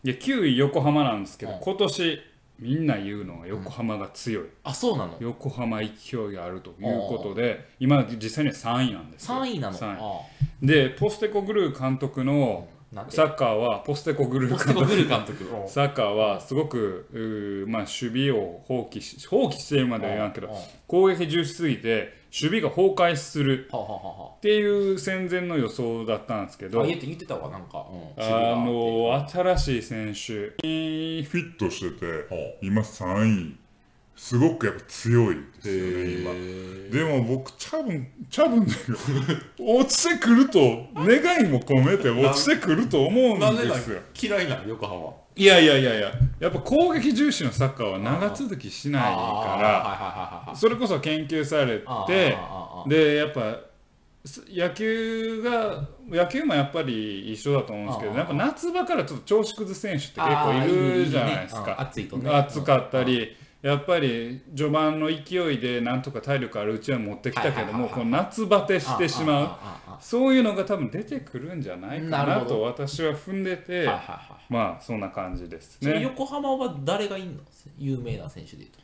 Speaker 1: で9位横浜なんですけど今年みんな言うのは横浜が強い
Speaker 2: あそうなの
Speaker 1: 横浜勢いがあるということで今実際には3位なんですよ
Speaker 2: 3位なの
Speaker 1: 三
Speaker 2: あ
Speaker 1: でポステコグルー監督の
Speaker 2: ーなんて
Speaker 1: サッカーはポステコグルー
Speaker 2: ポ
Speaker 1: 監
Speaker 2: ス
Speaker 1: 督
Speaker 2: テコグル監督うん
Speaker 1: サッカーはすごくうーまあ、守備を放棄し放棄しているまでは言わんけ
Speaker 2: うん
Speaker 1: ど
Speaker 2: うん
Speaker 1: 攻撃重視すぎて守備が崩壊する
Speaker 2: はあはあはあは
Speaker 1: っていう戦前の予想だったんですけ
Speaker 2: あ
Speaker 1: ど
Speaker 2: あ言って言ってたわなんかうん
Speaker 1: あの新しい選手に
Speaker 3: フィットしてて、今3位、すごくやっぱ強いですよね、今。でも僕、多分、多分だけど、 落ちてくると、願いも込めて落ちてくると思うんですよ。
Speaker 2: 嫌いなの横浜
Speaker 1: いやいやいやいややっぱ攻撃重視のサッカーは長続きしないか
Speaker 2: あーはいはいはいはいは
Speaker 1: ら
Speaker 2: い
Speaker 1: それこそ研究され
Speaker 2: あー
Speaker 1: て
Speaker 2: あー
Speaker 1: でやっぱす野球が野球もやっぱり一緒だと思うんですけ
Speaker 2: あ
Speaker 1: ど
Speaker 2: ー
Speaker 1: やっぱ夏場からちょっと調子崩す選手って結
Speaker 2: あー
Speaker 1: 構いるじゃないです
Speaker 2: ねうん
Speaker 1: か
Speaker 2: 暑いとね
Speaker 1: 暑かったりやっぱり序盤の勢いでなんとか体力あるうちは持ってきたけども
Speaker 2: はいはいはいはい
Speaker 1: この夏バテしてしまう
Speaker 2: う
Speaker 1: そういうのが多分出てくるんじゃないか
Speaker 2: なる
Speaker 1: な
Speaker 2: ほど
Speaker 1: と私は踏んでて、
Speaker 2: はいはいは
Speaker 1: まあそんな感じです
Speaker 2: い、それ
Speaker 1: ね。
Speaker 2: 横浜は誰がいんの有名な選手でいうと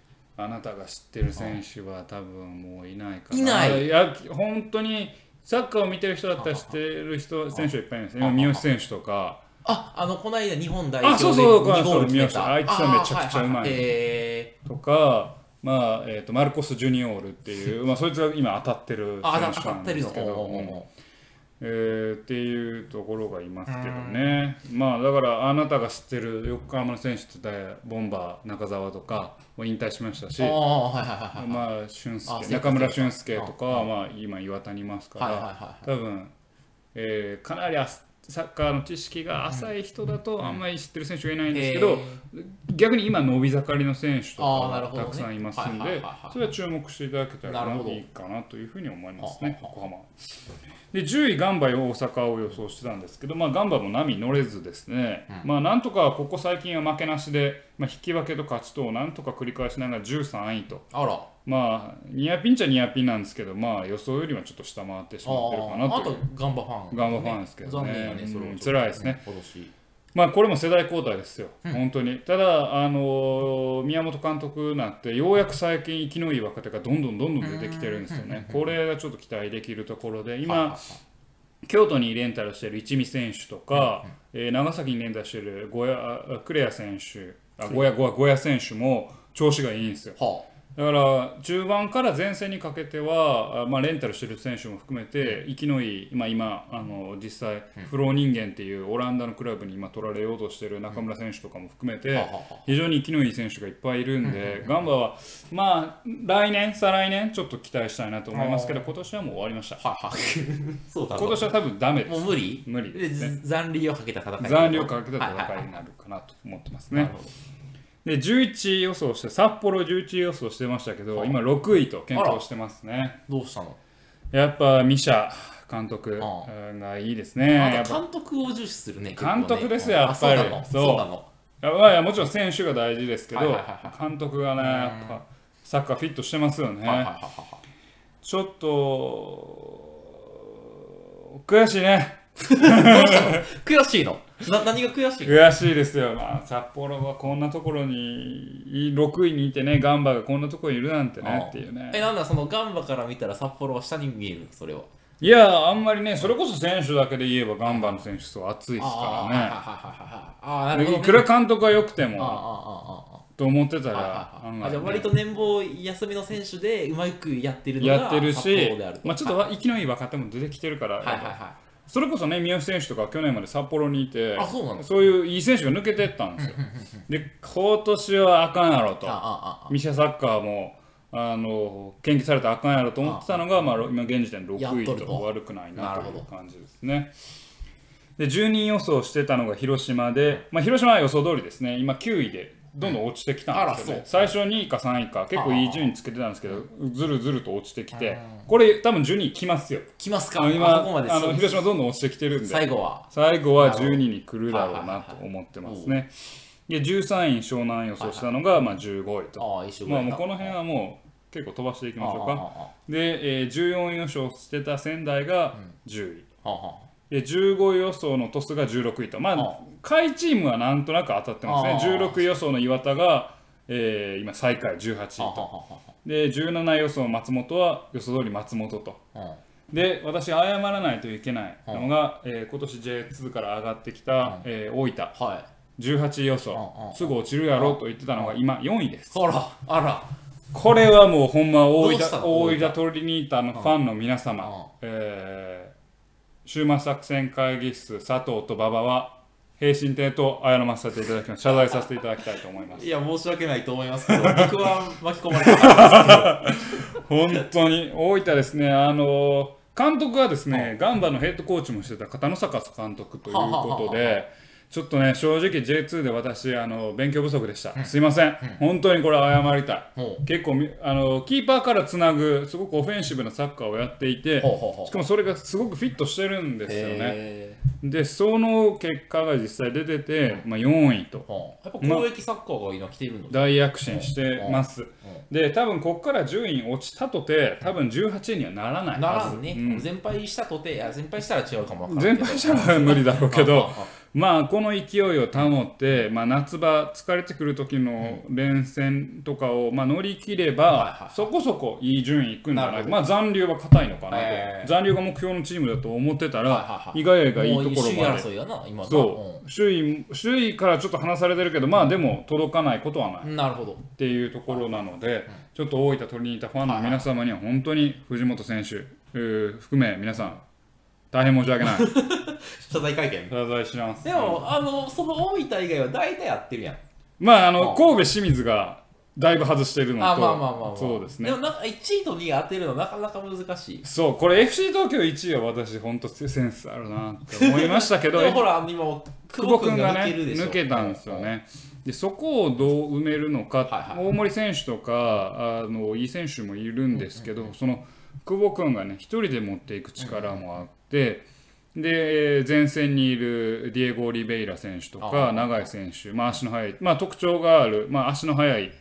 Speaker 1: あなたが知ってる選手は多分もういないかな。
Speaker 2: いない
Speaker 1: や本当にサッカーを見てる人だったら知ってる人選手いっぱいいますね
Speaker 2: はは
Speaker 1: 今三好選手とか
Speaker 2: あ、あの、この間日本代
Speaker 1: あ
Speaker 2: 表
Speaker 1: そ
Speaker 2: で
Speaker 1: う
Speaker 2: 2
Speaker 1: そう
Speaker 2: ゴール決め
Speaker 1: そう
Speaker 2: た。
Speaker 1: あいつはめちゃくちゃうまい
Speaker 2: あはははえ
Speaker 1: とか、まあえー、とマルコス・ジュニオールって いう、まあ、そいつが今当たってる
Speaker 2: ー、あ、
Speaker 1: 選
Speaker 2: 当
Speaker 1: 手
Speaker 2: た
Speaker 1: な
Speaker 2: っ
Speaker 1: ん
Speaker 2: て
Speaker 1: で
Speaker 2: るの。
Speaker 1: す
Speaker 2: お
Speaker 1: けど、
Speaker 2: ー
Speaker 1: うんえーっていうところがいますけどね、まあだからあなたが知ってる横浜の選手って言ったらボンバー中澤とかもう引退しましたし
Speaker 2: あー、はいはいはいはい。
Speaker 1: まあ、俊介
Speaker 2: あそうか
Speaker 1: 中村俊介とか
Speaker 2: そうか
Speaker 1: は、まあ、今岩田にいますか
Speaker 2: はいはいはい
Speaker 1: ら
Speaker 2: は
Speaker 1: 多分、えーかなりあすサッカーの知識が浅い人だとあんまり知ってる選手がいないんですけど、
Speaker 2: え
Speaker 1: 逆に今伸び盛りの選手と
Speaker 2: あーなる
Speaker 1: か
Speaker 2: ほど
Speaker 1: た
Speaker 2: ね
Speaker 1: くさんいますん
Speaker 2: はいは
Speaker 1: で
Speaker 2: いはいはい
Speaker 1: それは注目していただけたら
Speaker 2: なるほど
Speaker 1: いいかなというふうに思います
Speaker 2: は
Speaker 1: ね
Speaker 2: あは
Speaker 1: 横浜。で10位ガンバ大阪を予想してたんですけど、まあ、ガンバも波乗れずですね、まあなんとかここ最近は負けなしで、まあ、引き分けと勝ちとなんとか繰り返しながら13位と
Speaker 2: ーあら。
Speaker 1: まあニアピンっちゃニアピンなんですけど、まあ、予想よりはちょっと下回ってし
Speaker 2: あ
Speaker 1: まってるかな
Speaker 2: ーあ
Speaker 1: とい
Speaker 2: と
Speaker 1: う。
Speaker 2: ガンバファン、
Speaker 1: ガンバファンですけどね
Speaker 2: 残念やね、それはちょっと、
Speaker 1: うん辛いですね
Speaker 2: 今年。
Speaker 1: まあこれも世代交代ですよ、本当に。ただ、あのー宮本監督なんて、ようやく最近、生きのいい若手がどんどんどんどん出てきてるんですよね。これがちょっと期待できるところで、
Speaker 2: はいはい
Speaker 1: 今
Speaker 2: は、
Speaker 1: 京都にレンタルしてる一味選手とか、えー長崎にレンタルしてるゴヤあクレア選手、あゴヤゴヤゴヤ選手も調子がいいんですよ。
Speaker 2: いは
Speaker 1: だから中盤から前線にかけては、あまあ、レンタルしてる選手も含めて生きのいい、まあ、今あの実際フロー人間っていうオランダのクラブに今取られようとしてる中村選手とかも含め
Speaker 2: あ、は
Speaker 1: て
Speaker 2: あはあ
Speaker 1: 非常に生きのいい選手がいっぱいいるんでガンバは、まあ、来年再来年ちょっと期待したいなと思いますけど今年はもう終わりました
Speaker 2: はいはい。 そうだな
Speaker 1: 今年は多分ダメで
Speaker 2: もう
Speaker 1: す
Speaker 2: 無理
Speaker 1: 無理
Speaker 2: で
Speaker 1: ですね
Speaker 2: 残留をかけた戦い。
Speaker 1: 残留をかけた
Speaker 2: はいはいは
Speaker 1: 戦い
Speaker 2: い
Speaker 1: になるかなと思ってます
Speaker 2: な
Speaker 1: ね
Speaker 2: る。ほど
Speaker 1: で11位予想して札幌11位予想してましたけど今6位と検討してますね。
Speaker 2: どうしたの
Speaker 1: やっぱミシャ監督
Speaker 2: あ
Speaker 1: がいいですね。や
Speaker 2: あ
Speaker 1: っ
Speaker 2: と
Speaker 1: ぱ
Speaker 2: 監督を重視するね。
Speaker 1: 監督ですよ
Speaker 2: 結構ね
Speaker 1: やっぱり
Speaker 2: あそうなの。
Speaker 1: そう
Speaker 2: そうなの。
Speaker 1: いやまあいやもちろん選手が大事ですけ
Speaker 2: はい
Speaker 1: ど
Speaker 2: はいはい、
Speaker 1: 監督がね、やっぱサッカーフィットしてますよ
Speaker 2: はいはい
Speaker 1: ね
Speaker 2: は。いは
Speaker 1: ちょっと悔しいね。
Speaker 2: い悔しいの。な何が悔しいの
Speaker 1: 悔しいですよ。まあ、札幌はこんなところに6位にいてね、ガンバがこんなところにいるなんてね
Speaker 2: あ
Speaker 1: っていう
Speaker 2: え、
Speaker 1: ね。
Speaker 2: なんだ、そのガンバから見たら札幌は下に見える、それは。
Speaker 1: いや、あんまりね、それこそ選手だけで言えばガンバの選手そう熱いですか
Speaker 2: ああ、はいはいはいはいはい。ああ、な
Speaker 1: ら
Speaker 2: る
Speaker 1: ね。
Speaker 2: ほど、
Speaker 1: い
Speaker 2: ね。
Speaker 1: くら監督が良くて
Speaker 2: ああ、ああ、
Speaker 1: も
Speaker 2: ああ。
Speaker 1: と思ってた
Speaker 2: はい
Speaker 1: ら
Speaker 2: はい
Speaker 1: 案
Speaker 2: はい
Speaker 1: 外
Speaker 2: あじゃあ割と年俸休みの選手でうまくやってるのが
Speaker 1: やってる
Speaker 2: 札幌
Speaker 1: し
Speaker 2: である、と
Speaker 1: まあ、ちょっと
Speaker 2: はい
Speaker 1: わ生きのいい若手も出てきてるから、
Speaker 2: はいはい
Speaker 1: やっぱ
Speaker 2: は
Speaker 1: それこそね、三好選手とか去年まで札幌にいて
Speaker 2: あそうなの
Speaker 1: いういい選手が抜けてったんです よ。で、今年はあかんやろ
Speaker 2: い。
Speaker 1: と
Speaker 2: あ、あああ
Speaker 1: ミシャサッカーもあの研究されたらあかんやろと思ってたのが、まあ、ろ今現時点で
Speaker 2: やっ
Speaker 1: 6位
Speaker 2: とる
Speaker 1: と
Speaker 2: と
Speaker 1: 悪くないな
Speaker 2: なる
Speaker 1: と
Speaker 2: ほ
Speaker 1: い
Speaker 2: ど
Speaker 1: う感じですね。で10人予想してたのが広島で、まあ、広島は予想通りですね、今9位でどんどん落ちてきたんですよね、
Speaker 2: うんあら
Speaker 1: 最初2位か3位か、結構いい順位つけてたんですけど、ずるずると落ちてきて、これ、多分12位来ますよ、
Speaker 2: 来ます
Speaker 1: あ
Speaker 2: か
Speaker 1: の今
Speaker 2: あそこまで
Speaker 1: あの広島、どんどん落ちてきてるんで、
Speaker 2: 最後は
Speaker 1: 最後は12に来るだろうなと思ってますね。で13位、湘南予想したのが、まあ、15位と。
Speaker 2: ああ一緒ぐ
Speaker 1: ま
Speaker 2: ら
Speaker 1: あ、も
Speaker 2: い
Speaker 1: う
Speaker 2: か
Speaker 1: この辺はもう結構飛ばしていきましょう
Speaker 2: ああ
Speaker 1: か。で、えー14位予想してた仙台が10位。
Speaker 2: ああああは
Speaker 1: で15位予想の鳥栖が16位と、まあ、
Speaker 2: ああ
Speaker 1: 下位チームはなんとなく当たってますね、
Speaker 2: ああ
Speaker 1: 16位予想の岩田が、えー今、最下位18位
Speaker 2: あはあ
Speaker 1: と、
Speaker 2: はあは
Speaker 1: で17位予想の松本は予想通り松本と、
Speaker 2: あはあ
Speaker 1: で私、謝らないといけないのが、えー今年 J2 から上がってきた、えー大
Speaker 2: うんはい
Speaker 1: 分、18位予
Speaker 2: あ
Speaker 1: 想
Speaker 2: あ、
Speaker 1: すぐ落ちるやろと言ってたのが、今、4位です。
Speaker 2: あらあら
Speaker 1: これはもうほんま大分
Speaker 2: どうしたの
Speaker 1: 大分トリニータのファンの皆様、
Speaker 2: うんうん
Speaker 1: えー、終末作戦会議室佐藤と馬場は平身亭と謝らせていただきます謝罪させていただきたいと思いま す
Speaker 2: いや申し訳ないと思いますけど僕は巻き込まれたんです
Speaker 1: 本当に大分ですねあの監督はですね、ガンバのヘッドコーチもしてた片野坂監督ということで、ちょっとね正直 J2 で私あの勉強不足でした、すいません、本当にこれは謝りたい
Speaker 2: けどもう
Speaker 1: 結構みあのキーパーからつなぐすごくオフェンシブなサッカーをやっていて
Speaker 2: ほうほうほう
Speaker 1: しかもそれがすごくフィットしてるんですよね。
Speaker 2: へ
Speaker 1: でその結果が実際出てて、まあ、4位と
Speaker 2: ーはあやっぱ公益サッカーが今来てるの
Speaker 1: 大躍進してます。で多分ここから順位落ちたとて多分18位にはならない
Speaker 2: な
Speaker 1: は
Speaker 2: ら
Speaker 1: ず
Speaker 2: ずね
Speaker 1: うん
Speaker 2: 全敗したとていや全敗したら違うかもわから
Speaker 1: 全
Speaker 2: んけど
Speaker 1: 敗したら無理だろうけど
Speaker 2: あああ
Speaker 1: まあこの勢いを保って、まあ、夏場疲れてくる時の連戦とかをまあ乗り切れ
Speaker 2: はいはいは
Speaker 1: ば
Speaker 2: い
Speaker 1: そこそこいい順位いくんじゃ
Speaker 2: な
Speaker 1: な
Speaker 2: る
Speaker 1: い
Speaker 2: ほど
Speaker 1: まあ残留は硬いのかなと、
Speaker 2: ええ
Speaker 1: 残留が目標のチームだと思ってた
Speaker 2: はいはい
Speaker 1: ら
Speaker 2: はい
Speaker 1: 意外やがいいとこ
Speaker 2: もう
Speaker 1: ろ
Speaker 2: 首位
Speaker 1: まで
Speaker 2: 争いやな、今な
Speaker 1: そう首位首位からちょっと離されてるけどまあでも届かないことはない
Speaker 2: うんなるほど。
Speaker 1: っていうところなので、ちょっと大分トリニータファンの皆様には本当に藤本選手えー含め皆さん大変申し訳 ない
Speaker 2: 謝罪会見。
Speaker 1: 謝罪します
Speaker 2: でも、あの、その大分以外は大体やってるやん。
Speaker 1: まああ
Speaker 2: まあ
Speaker 1: の神戸清水がだいぶ外しているのと
Speaker 2: あ、まあまあまあまあ。
Speaker 1: そうですね
Speaker 2: でも、なんか1位と2位当てるのなかなか難しい。
Speaker 1: そうこれ FC 東京1位は私本当センスあるなって思いましたけ
Speaker 2: で
Speaker 1: ど
Speaker 2: もほら、今、久
Speaker 1: 久
Speaker 2: 保
Speaker 1: 保
Speaker 2: 君
Speaker 1: 君
Speaker 2: が
Speaker 1: が
Speaker 2: 抜
Speaker 1: ね
Speaker 2: けるでしょ。
Speaker 1: 抜けたんですよね。でそこをどう埋めるのか、
Speaker 2: はい
Speaker 1: 大森選手とかあのいい選手もいるんですけど、その久保君がね一人で持っていく力もあって、で前線にいるディエゴ・リベイラ選手と
Speaker 2: あ
Speaker 1: か永井選手、まあ、足の速い、まあ、特徴がある、まあ、足の速い、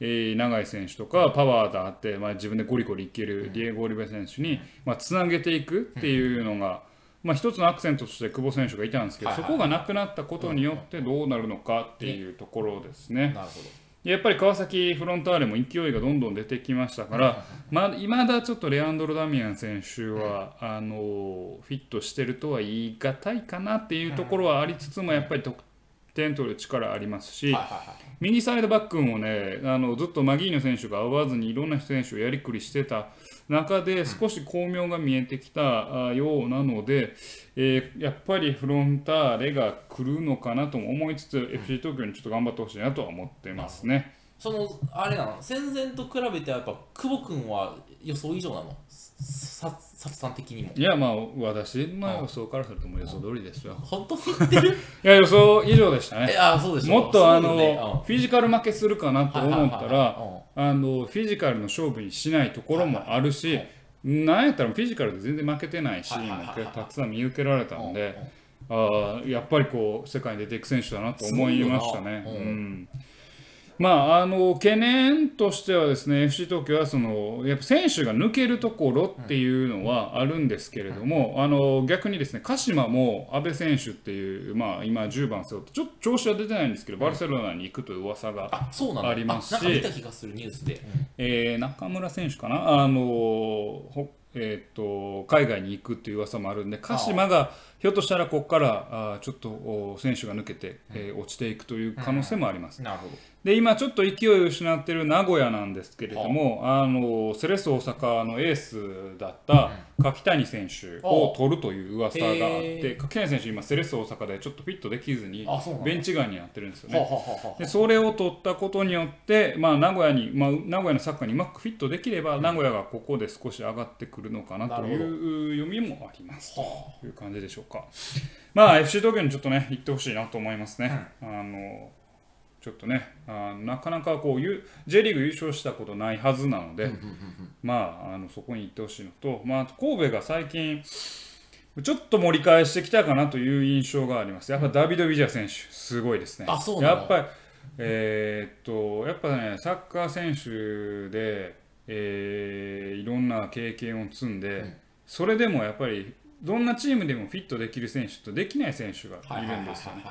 Speaker 1: えー永井選手とかパワーがあって、まあ、自分でゴリゴリいけるディエゴ・リベイラ選手にまあつな、げていくっていうのが、まあ、一つのアクセントとして久保選手がいたんですけど、
Speaker 2: はいはい
Speaker 1: そこがなくなったことによってどうなるのかっていうところですね。
Speaker 2: なるほど。
Speaker 1: やっぱり川崎フロンターレも勢いがどんどん出てきましたから、まいまだちょっとレアンドロ・ダミアン選手は、あのフィットしてるとは言い難いかなっていうところはありつつも、やっぱり得点取る力ありますし、
Speaker 2: はいはいはい。
Speaker 1: 右サイドバックもねあのずっとマギーニョ選手が合わずにいろんな選手をやりくりしてた中で少し巧妙が見えてきたあようなので、えーやっぱりフロンターレが来るのかなとも思いつつ、FC 東京にちょっと頑張ってほしいなとは思ってますね。
Speaker 2: そのあれなの戦前と比べてやっぱ久保君は予想以上なのさささん的にも
Speaker 1: いやまあ私の予想からするともう予想通りですよ。
Speaker 2: 本当に言って
Speaker 1: い
Speaker 2: る
Speaker 1: や予想以上でした
Speaker 2: え
Speaker 1: ね。
Speaker 2: あそうでしょ
Speaker 1: もっとあの、
Speaker 2: そうだよね
Speaker 1: フィジカル負けするかなと思った
Speaker 2: はいはいはい
Speaker 1: ら
Speaker 2: はいうん
Speaker 1: あのフィジカルの勝負にしないところもあるし、
Speaker 2: はい
Speaker 1: なんやったらフィジカルで全然負けてないシーンも
Speaker 2: はいはいはいはい
Speaker 1: たくさん見受けられたんで、あーやっぱりこう世界に出ていく選手だなと思いましたね。
Speaker 2: すごいよ
Speaker 1: う
Speaker 2: なん
Speaker 1: まあ、あの懸念としてはですね FC 東京はそのやっぱ選手が抜けるところっていうのはあるんですけれども、あの逆にですね鹿島も阿部選手っていう、まあ、今10番背負ってちょっと調子は出てないんですけどバルセロナに行くという噂が
Speaker 2: あそうなの
Speaker 1: ありますし
Speaker 2: なんか見た気がするニュースで、
Speaker 1: えー中村選手かな、あのーほえー、と海外に行くっていう噂もあるんで鹿島がひょっとしたらここからあーちょっとお選手が抜けて、えー落ちていくという可能性もあります。
Speaker 2: なるほど
Speaker 1: で今ちょっと勢いを失っている名古屋なんですけれども、あのセレッソ大阪のエースだった柿谷選手を取るという噂があっ
Speaker 2: へ
Speaker 1: て柿谷選手今セレッソ大阪でちょっとフィットできずに
Speaker 2: あそうなんだ
Speaker 1: ベンチ外にやってるんですよね
Speaker 2: は。あはあはあはあ
Speaker 1: でそれを取ったことによって、まあ、名古屋に、まあ、名古屋のサッカーにうまくフィットできれば、名古屋がここで少し上がってくるのかなと
Speaker 2: なる
Speaker 1: いう読みもあります
Speaker 2: は
Speaker 1: という感じでしょうか。まあ、FC 東京にちょっとね、行ってほしいなと思いますね。あのちょっとねあなかなかこうゆ J リーグ優勝したことないはずなので、まあ、あのそこに行ってほしいのと、まあ、あと神戸が最近ちょっと盛り返してきたかなという印象があります。やっぱダビド・ビジャ選手、すごいですね。
Speaker 2: あそうなんだ
Speaker 1: やっぱり、えーっと、やっぱね、サッカー選手で、えーいろんな経験を積んで、それでもやっぱり、どんなチームでもフィットできる選手とできない選手がいるんですよね。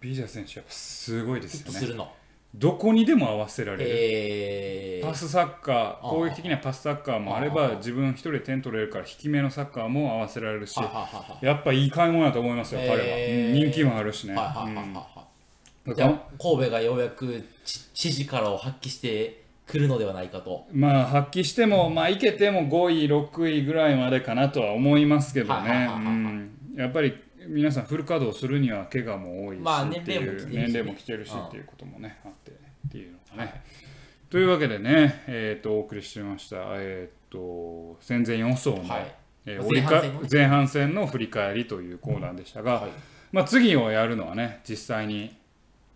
Speaker 1: ビジャ選手、やっぱすごいで
Speaker 2: ヒ
Speaker 1: す
Speaker 2: ット
Speaker 1: よ
Speaker 2: す
Speaker 1: ね。
Speaker 2: るの
Speaker 1: どこにでも合わせられる。
Speaker 2: え
Speaker 1: パ
Speaker 2: ー、
Speaker 1: スサッカー、
Speaker 2: あー
Speaker 1: 攻撃的なパスサッカーもあれ
Speaker 2: あ
Speaker 1: ば
Speaker 2: ー、
Speaker 1: 自分一人で点取れるから、引き目のサッカーも合わせられるし
Speaker 2: は、あはあはあは
Speaker 1: やっぱいい買い物だと思いますよ、彼は。
Speaker 2: えー
Speaker 1: うん人気もあるしね。
Speaker 2: あはいはいはいはい
Speaker 1: うん
Speaker 2: は
Speaker 1: だか
Speaker 2: いじ
Speaker 1: ら
Speaker 2: ゃあ神戸がようやくち知事からを発揮してくるのではないかと
Speaker 1: まあ、発揮しても、まあ、いけても5位、6位ぐらいまでかなとは思いますけど
Speaker 2: はいはい
Speaker 1: ね
Speaker 2: はいは。
Speaker 1: う
Speaker 2: い
Speaker 1: んやっぱり皆さん、フル稼働するには怪我も多いし
Speaker 2: まあ
Speaker 1: っていう、
Speaker 2: 年齢も来てるしね
Speaker 1: 年齢も来てるし
Speaker 2: うん
Speaker 1: っていうこともね、あってっていうのがね。というわけでね、えー、とお送りしてました、えー、と戦前4層の、
Speaker 2: はい
Speaker 1: えー
Speaker 2: 前半戦
Speaker 1: 折り
Speaker 2: の
Speaker 1: か前半戦の振り返りというコーナーでしたが、
Speaker 2: はい
Speaker 1: まあ、次をやるのはね実際に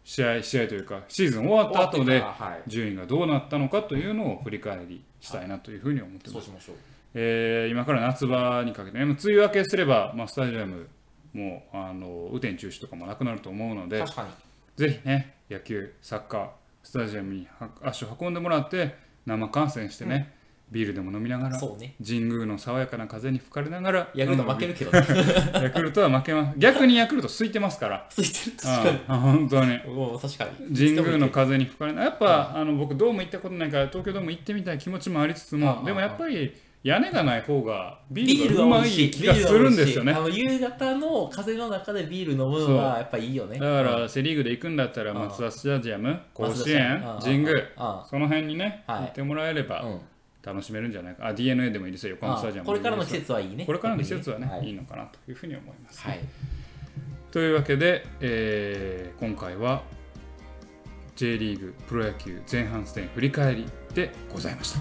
Speaker 1: 試合試合というかシーズン終わった後
Speaker 2: 終
Speaker 1: で
Speaker 2: わってからはい
Speaker 1: 順位がどうなったのかというのを振り返りしたいなというふうに思ってます
Speaker 2: そう、しましょう
Speaker 1: えー今から夏場にかけてねもう梅雨明けすれば、まあ、スタジアムもあの雨天中止とかもなくなると思うので
Speaker 2: 確かに
Speaker 1: ぜひね、野球、サッカー、スタジアムには足を運んでもらって、生観戦してね、ビールでも飲みながら
Speaker 2: そうね
Speaker 1: 神宮の爽やかな風に吹かれながら
Speaker 2: ヤクルト負けるけどね
Speaker 1: うんヤクルトは負けます逆にヤクルト空いてますから
Speaker 2: ついてる確かに
Speaker 1: うん本当に
Speaker 2: もう確かに
Speaker 1: 神宮の風に吹かれないやっぱ、あの僕ドーム行ったことないから東京ドーム行ってみたい気持ちもありつつも、
Speaker 2: うん
Speaker 1: でもやっぱり屋根がない方がビ
Speaker 2: ビ
Speaker 1: ールが
Speaker 2: ール
Speaker 1: う
Speaker 2: は
Speaker 1: ま
Speaker 2: 美
Speaker 1: い
Speaker 2: 味しい
Speaker 1: 気がするんですよね
Speaker 2: ビールは美味しいあの夕方の風の中でビール飲むのはやっぱいいよね
Speaker 1: だからセ・リーグで行くんだったら松田スタジアム甲子園
Speaker 2: 松田さん
Speaker 1: 神宮
Speaker 2: うん
Speaker 1: その辺にね
Speaker 2: はい
Speaker 1: 行ってもらえれ
Speaker 2: う
Speaker 1: ば
Speaker 2: ん
Speaker 1: 楽しめるんじゃないかあ d n a でもいいですよ横浜スタジアム
Speaker 2: これからの季節はいいね
Speaker 1: これからの季節はね
Speaker 2: 特に
Speaker 1: いいのかなというふうに思います
Speaker 2: はい
Speaker 1: というわけで、えー今回は J リーグプロ野球前半戦振り返りでございました。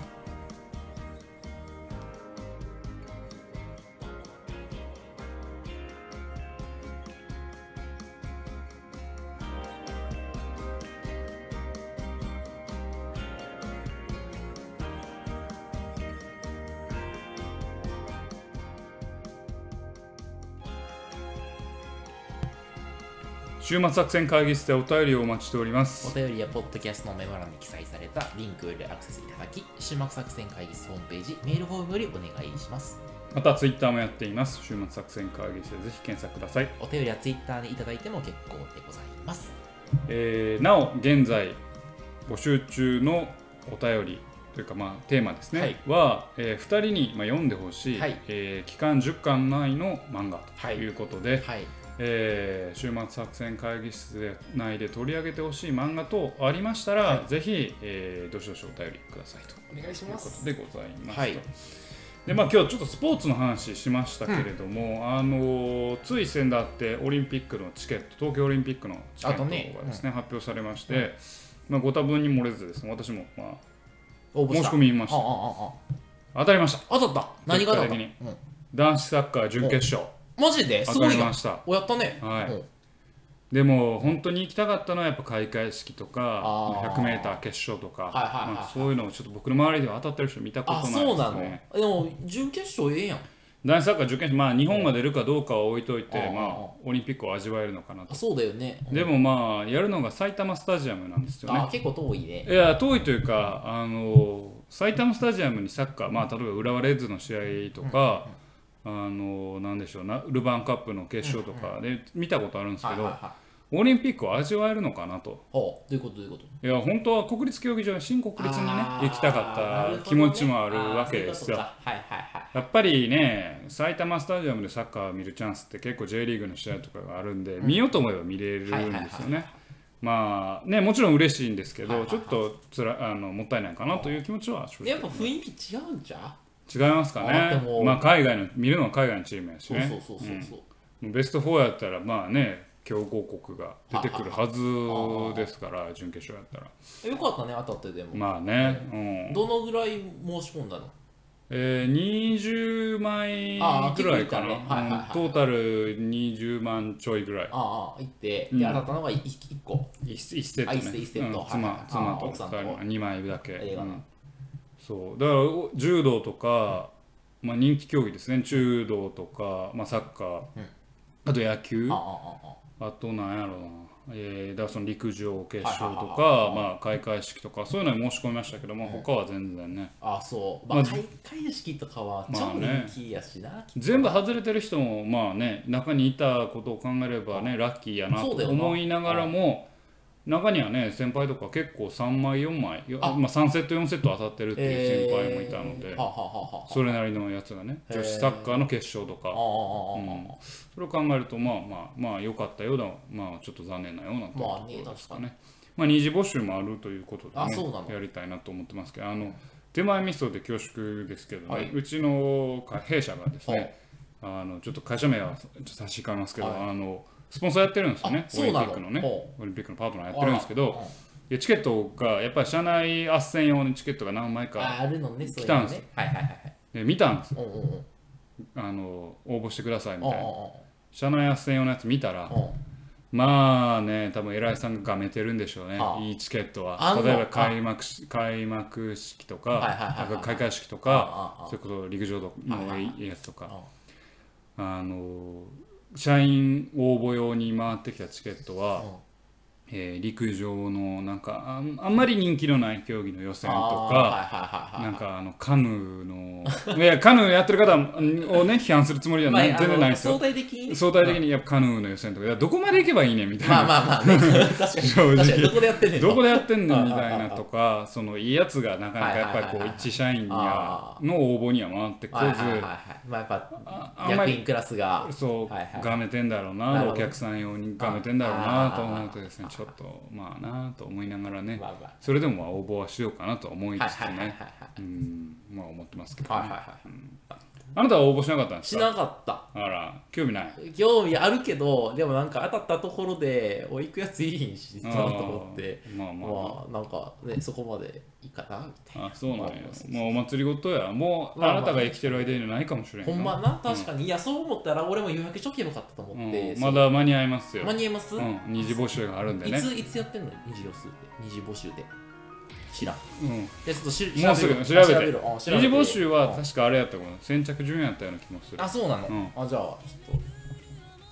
Speaker 1: 週末作戦会議室でお便りをお待ちしておりま
Speaker 2: お
Speaker 1: す。
Speaker 2: 便りやポッドキャストのメモ欄に記載されたリンクよりアクセスいただき、週末作戦会議室ホームページ、メールフォームよりお願いします。
Speaker 1: またツイッターもやっています。週末作戦会議室でぜひ検索ください。
Speaker 2: お便りはツイッターでいただいても結構でございます。
Speaker 1: えーなお現在募集中のお便りというかまあテーマですね、
Speaker 2: はい
Speaker 1: は、え2人にまあ読んでほしい、
Speaker 2: はい
Speaker 1: えー期間10巻内の漫画と
Speaker 2: はい
Speaker 1: いうことで、
Speaker 2: はい。
Speaker 1: えー週末作戦会議室で内で取り上げてほしい漫画等ありましたら、ぜひ、えーどしどしお便りくださいと
Speaker 2: お願いし
Speaker 1: いうこと。でございます。
Speaker 2: はい
Speaker 1: でまあ、今日ちょっとスポーツの話しましたけれども、あのつい先だってオリンピックのチケット東京オリンピックのチケット
Speaker 2: あ
Speaker 1: が
Speaker 2: とね
Speaker 1: ですね発表されまして、まあ、ご多分に漏れずですね私も、まあ、
Speaker 2: 応
Speaker 1: 申し込みました
Speaker 2: あああ
Speaker 1: 当たりました
Speaker 2: ああ当たった何が当たった、う
Speaker 1: 結
Speaker 2: ん、
Speaker 1: 男子サッカー準決勝
Speaker 2: マジです
Speaker 1: 当
Speaker 2: ご
Speaker 1: た
Speaker 2: い
Speaker 1: り
Speaker 2: な
Speaker 1: ま。した
Speaker 2: お、やったね。
Speaker 1: はい
Speaker 2: うん
Speaker 1: でも本当に行きたかったのはやっぱ開会式とか
Speaker 2: あー
Speaker 1: 100m 決勝とか、
Speaker 2: いはいはい
Speaker 1: まあ、そういうのをちょっと僕の周りでは当たってる人見たことな
Speaker 2: あ、
Speaker 1: いですね
Speaker 2: そうなの。でも、準決勝ええやん。
Speaker 1: 男子サッカー受験まあ日本が出るかどうかは置いといて、
Speaker 2: うん
Speaker 1: ま
Speaker 2: あ
Speaker 1: あ
Speaker 2: あ、
Speaker 1: オリンピックを味わえるのかなと
Speaker 2: あ、、そうだよね。うん
Speaker 1: でもまあやるのが埼玉スタジアムなんですよ
Speaker 2: あ
Speaker 1: ね、
Speaker 2: 結構遠いね。
Speaker 1: いや遠いというかあの埼玉スタジアムにサッカーまあ例えば浦和レッズの試合とか、あのなんでしょうなルヴァンカップの決勝とかで見たことあるんですけど、
Speaker 2: はいはいはい。
Speaker 1: オリンピックを味わえるのかなと
Speaker 2: ほう、どういうことどういうこと
Speaker 1: いや本当は国立競技場に新国立にね
Speaker 2: あー
Speaker 1: 行きた
Speaker 2: な
Speaker 1: か
Speaker 2: る
Speaker 1: っ
Speaker 2: ほど
Speaker 1: た
Speaker 2: ね
Speaker 1: 気持ちもあるわけですよ
Speaker 2: あーそういうことかはいはいはい。
Speaker 1: やっぱりね、埼玉スタジアムでサッカーを見るチャンスって結構 J リーグの試合とかがあるんで、見ようと思えば見れるん
Speaker 2: はいはい
Speaker 1: で
Speaker 2: は
Speaker 1: す
Speaker 2: い
Speaker 1: よね。まあね、もちろん嬉しいんですけど、
Speaker 2: はいはいはい
Speaker 1: ちょっとつらあのもったいないかなという気持ちは正
Speaker 2: やっ
Speaker 1: 直
Speaker 2: ぱ雰囲気違うんじゃ
Speaker 1: 違いますか
Speaker 2: あで
Speaker 1: ね
Speaker 2: も、
Speaker 1: まあ、海外の見るのは海外のチームやし
Speaker 2: そう
Speaker 1: ね
Speaker 2: そうそうそうそう、
Speaker 1: ベスト4やったらまあね強豪国が出てくるはずですから準決勝やったら
Speaker 2: よかったね当たってでも、
Speaker 1: まあね、うん
Speaker 2: どのぐらい申し込んだの
Speaker 1: えー、20枚
Speaker 2: あー
Speaker 1: ぐらいかな、
Speaker 2: 結構いたねはいはいはい
Speaker 1: うんトータル20万ちょいぐらい
Speaker 2: ああ行って、
Speaker 1: うん
Speaker 2: で当たったのが 1, 一個
Speaker 1: 一一セット
Speaker 2: あ
Speaker 1: ね
Speaker 2: 一セ一セット
Speaker 1: うん、
Speaker 2: はいはい
Speaker 1: 妻妻
Speaker 2: あ
Speaker 1: と
Speaker 2: 奥さんと
Speaker 1: 二人二枚だけ、
Speaker 2: 映
Speaker 1: う
Speaker 2: 画の
Speaker 1: ん、そうだからお柔道とか、まあ、人気競技ですね柔道とか、まあ、サッカー、あと野球
Speaker 2: あ
Speaker 1: あ
Speaker 2: あああ
Speaker 1: となんやろうな、えー、だからその陸上決勝とか、
Speaker 2: は
Speaker 1: まあ、開会式とかそういうのに申し込みましたけど、まあ、他は全然ね
Speaker 2: あああそうまあ
Speaker 1: まあ
Speaker 2: 開会式とかは
Speaker 1: ま
Speaker 2: 超
Speaker 1: あね
Speaker 2: 人気やしな、
Speaker 1: 全部外れてる人もまあね中にいたことを考えればねラッキーやなと
Speaker 2: そうだよな
Speaker 1: 思いながらも中にはね先輩とか結構3枚4枚よ
Speaker 2: あ
Speaker 1: まあ、3セット4セット当たってるっていう先輩もいたの
Speaker 2: え
Speaker 1: で
Speaker 2: ー、はあ、はあはあはあ
Speaker 1: それなりのやつがね
Speaker 2: へー
Speaker 1: 女子サッカーの決勝と
Speaker 2: ああ
Speaker 1: か、
Speaker 2: ああああ、
Speaker 1: うんそれを考えるとまあまあまあ良かったようだまあちょっと残念なようなという
Speaker 2: まあ
Speaker 1: と
Speaker 2: ね
Speaker 1: ころですかね。まあ、二次募集もあるということで、ね、
Speaker 2: あそうなの
Speaker 1: やりたいなと思ってますけどあの手前味噌で恐縮ですけど、ね
Speaker 2: はいう
Speaker 1: ちの会弊社がですね、
Speaker 2: はい
Speaker 1: あのちょっと会社名はちょっと差し控えますけど、
Speaker 2: はい
Speaker 1: あのスポンサーやってるんですよね
Speaker 2: あそうなの
Speaker 1: オリンピックのね
Speaker 2: ほ
Speaker 1: オリンピックのパートナーやってるんですけ
Speaker 2: あ
Speaker 1: どでチケットがやっぱり社内斡旋用にチケットが何枚
Speaker 2: らうん
Speaker 1: か
Speaker 2: ああるのねそう
Speaker 1: 来
Speaker 2: いう
Speaker 1: た
Speaker 2: の
Speaker 1: んです
Speaker 2: ねはいはいはいはい
Speaker 1: で見たんです
Speaker 2: うんうんうん
Speaker 1: あの応募してくださいみ
Speaker 2: うん
Speaker 1: たいな社内斡旋用のやつ見たら
Speaker 2: うんうん
Speaker 1: まあね多分偉いさんががめてるんでしょうね
Speaker 2: ああ
Speaker 1: いいチケットは
Speaker 2: あんの
Speaker 1: 例えば開幕し開幕式と
Speaker 2: はいはい
Speaker 1: か
Speaker 2: はいはい
Speaker 1: あ開会式と
Speaker 2: あ
Speaker 1: か
Speaker 2: あああ
Speaker 1: それこそ陸上のやつとか
Speaker 2: あ
Speaker 1: あの社員応募用に回ってきたチケットは、
Speaker 2: うん
Speaker 1: ええー陸上のなんかあんあんまり人気のない競技の予選とか
Speaker 2: か
Speaker 1: なんかあのカヌーの いやカヌーやってる方をね批判するつもりじゃない全然ないです
Speaker 2: 相
Speaker 1: よ
Speaker 2: 対的にね
Speaker 1: 相対的にやっぱカヌーの予選とかいやどこまで行けばいいねみたいな
Speaker 2: まあまあまあね確かに
Speaker 1: 正直
Speaker 2: 確かにどこでやってんねんと
Speaker 1: どこでやってんのみたいなとかそのいいやつがなかなかやっぱり
Speaker 2: はいはい
Speaker 1: こ
Speaker 2: は
Speaker 1: う
Speaker 2: いはい
Speaker 1: 一社員や
Speaker 2: あ
Speaker 1: の応募には回ってこ
Speaker 2: はいはいはい
Speaker 1: ず
Speaker 2: はいまあやっ
Speaker 1: あ
Speaker 2: ぱ
Speaker 1: あんま
Speaker 2: 役
Speaker 1: り
Speaker 2: 員クラスが
Speaker 1: そう
Speaker 2: はいはい
Speaker 1: がめてんだろう
Speaker 2: なる
Speaker 1: な
Speaker 2: ほど
Speaker 1: お客さん用にがめてんだろうな
Speaker 2: あ
Speaker 1: と
Speaker 2: ー
Speaker 1: 思うとですねちょっとまあなあと思いながらね
Speaker 2: まあまあ
Speaker 1: それでもまあ応募はしようかなとは思いつ
Speaker 2: はい
Speaker 1: つ
Speaker 2: はいはいはい
Speaker 1: ねうんまあ思ってますけど
Speaker 2: はいはい
Speaker 1: ね
Speaker 2: はい
Speaker 1: あなたは応募しなかったんです
Speaker 2: し
Speaker 1: か
Speaker 2: なかった
Speaker 1: あら興味ない
Speaker 2: 興味あるけどでもなんか当たったところでお行くやついいんしなと思って
Speaker 1: あーまあまあまあ
Speaker 2: まあなんかねそこまでいいかなみたいな
Speaker 1: あそうなんや
Speaker 2: まあそう
Speaker 1: まあお祭りごとやもう
Speaker 2: まあ
Speaker 1: あ
Speaker 2: まあ
Speaker 1: なたが生きてる間にないかもしれん
Speaker 2: ほ
Speaker 1: なん
Speaker 2: まな確かにいやそう思ったら俺も予約しとけばよかったと
Speaker 1: う
Speaker 2: 思って
Speaker 1: んまだ間に合います
Speaker 2: そう
Speaker 1: よ
Speaker 2: 間に合います
Speaker 1: うん、二次募集があるんで
Speaker 2: い
Speaker 1: ね。
Speaker 2: ついつやってんの二次予数で二次募集で知らん
Speaker 1: うん、
Speaker 2: でちょっとし
Speaker 1: もうすぐ調べて
Speaker 2: あろあ調
Speaker 1: 二
Speaker 2: べ
Speaker 1: 次
Speaker 2: て
Speaker 1: 募集は
Speaker 2: うん
Speaker 1: 確かあれやったかな、先着順やったような気もする。
Speaker 2: あそうなの、
Speaker 1: う
Speaker 2: あじゃあちょっ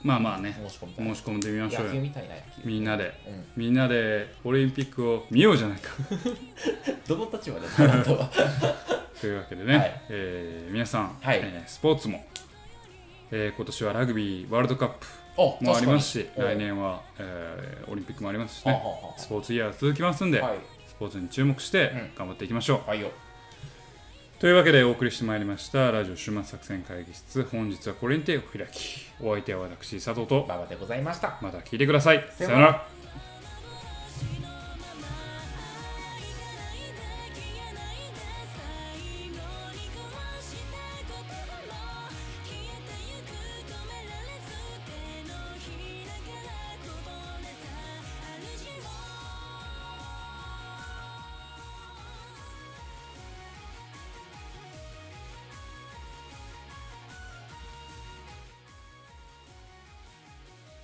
Speaker 1: まあまあね、
Speaker 2: と申し込みたい
Speaker 1: 申し込んでみましょ
Speaker 2: 野
Speaker 1: う
Speaker 2: 球
Speaker 1: よ。
Speaker 2: みたいな野球
Speaker 1: みんなで、
Speaker 2: うん
Speaker 1: みんなでオリンピックを見ようじゃない か
Speaker 2: どの立場であな たは
Speaker 1: というわけでね、
Speaker 2: はい
Speaker 1: えー皆さん、
Speaker 2: はい
Speaker 1: えースポーツも、えー今年はラグビーワールドカップ
Speaker 2: お
Speaker 1: もありますし、
Speaker 2: 確か
Speaker 1: 来
Speaker 2: に
Speaker 1: 年は、えーオリンピックもありますし
Speaker 2: おは
Speaker 1: ね
Speaker 2: あ、はあは
Speaker 1: スポーツイヤー続きますんで、
Speaker 2: あはい
Speaker 1: スポーツに注目して
Speaker 2: うん
Speaker 1: 頑張っていきましょう。
Speaker 2: はいよ
Speaker 1: というわけでお送りしてまいりましたラジオ終末作戦会議室本日はこれにてお開きお相手は私佐藤と
Speaker 2: 馬場でございました
Speaker 1: また聞いてくださいさ
Speaker 2: さよ
Speaker 1: よ
Speaker 2: なら
Speaker 1: なら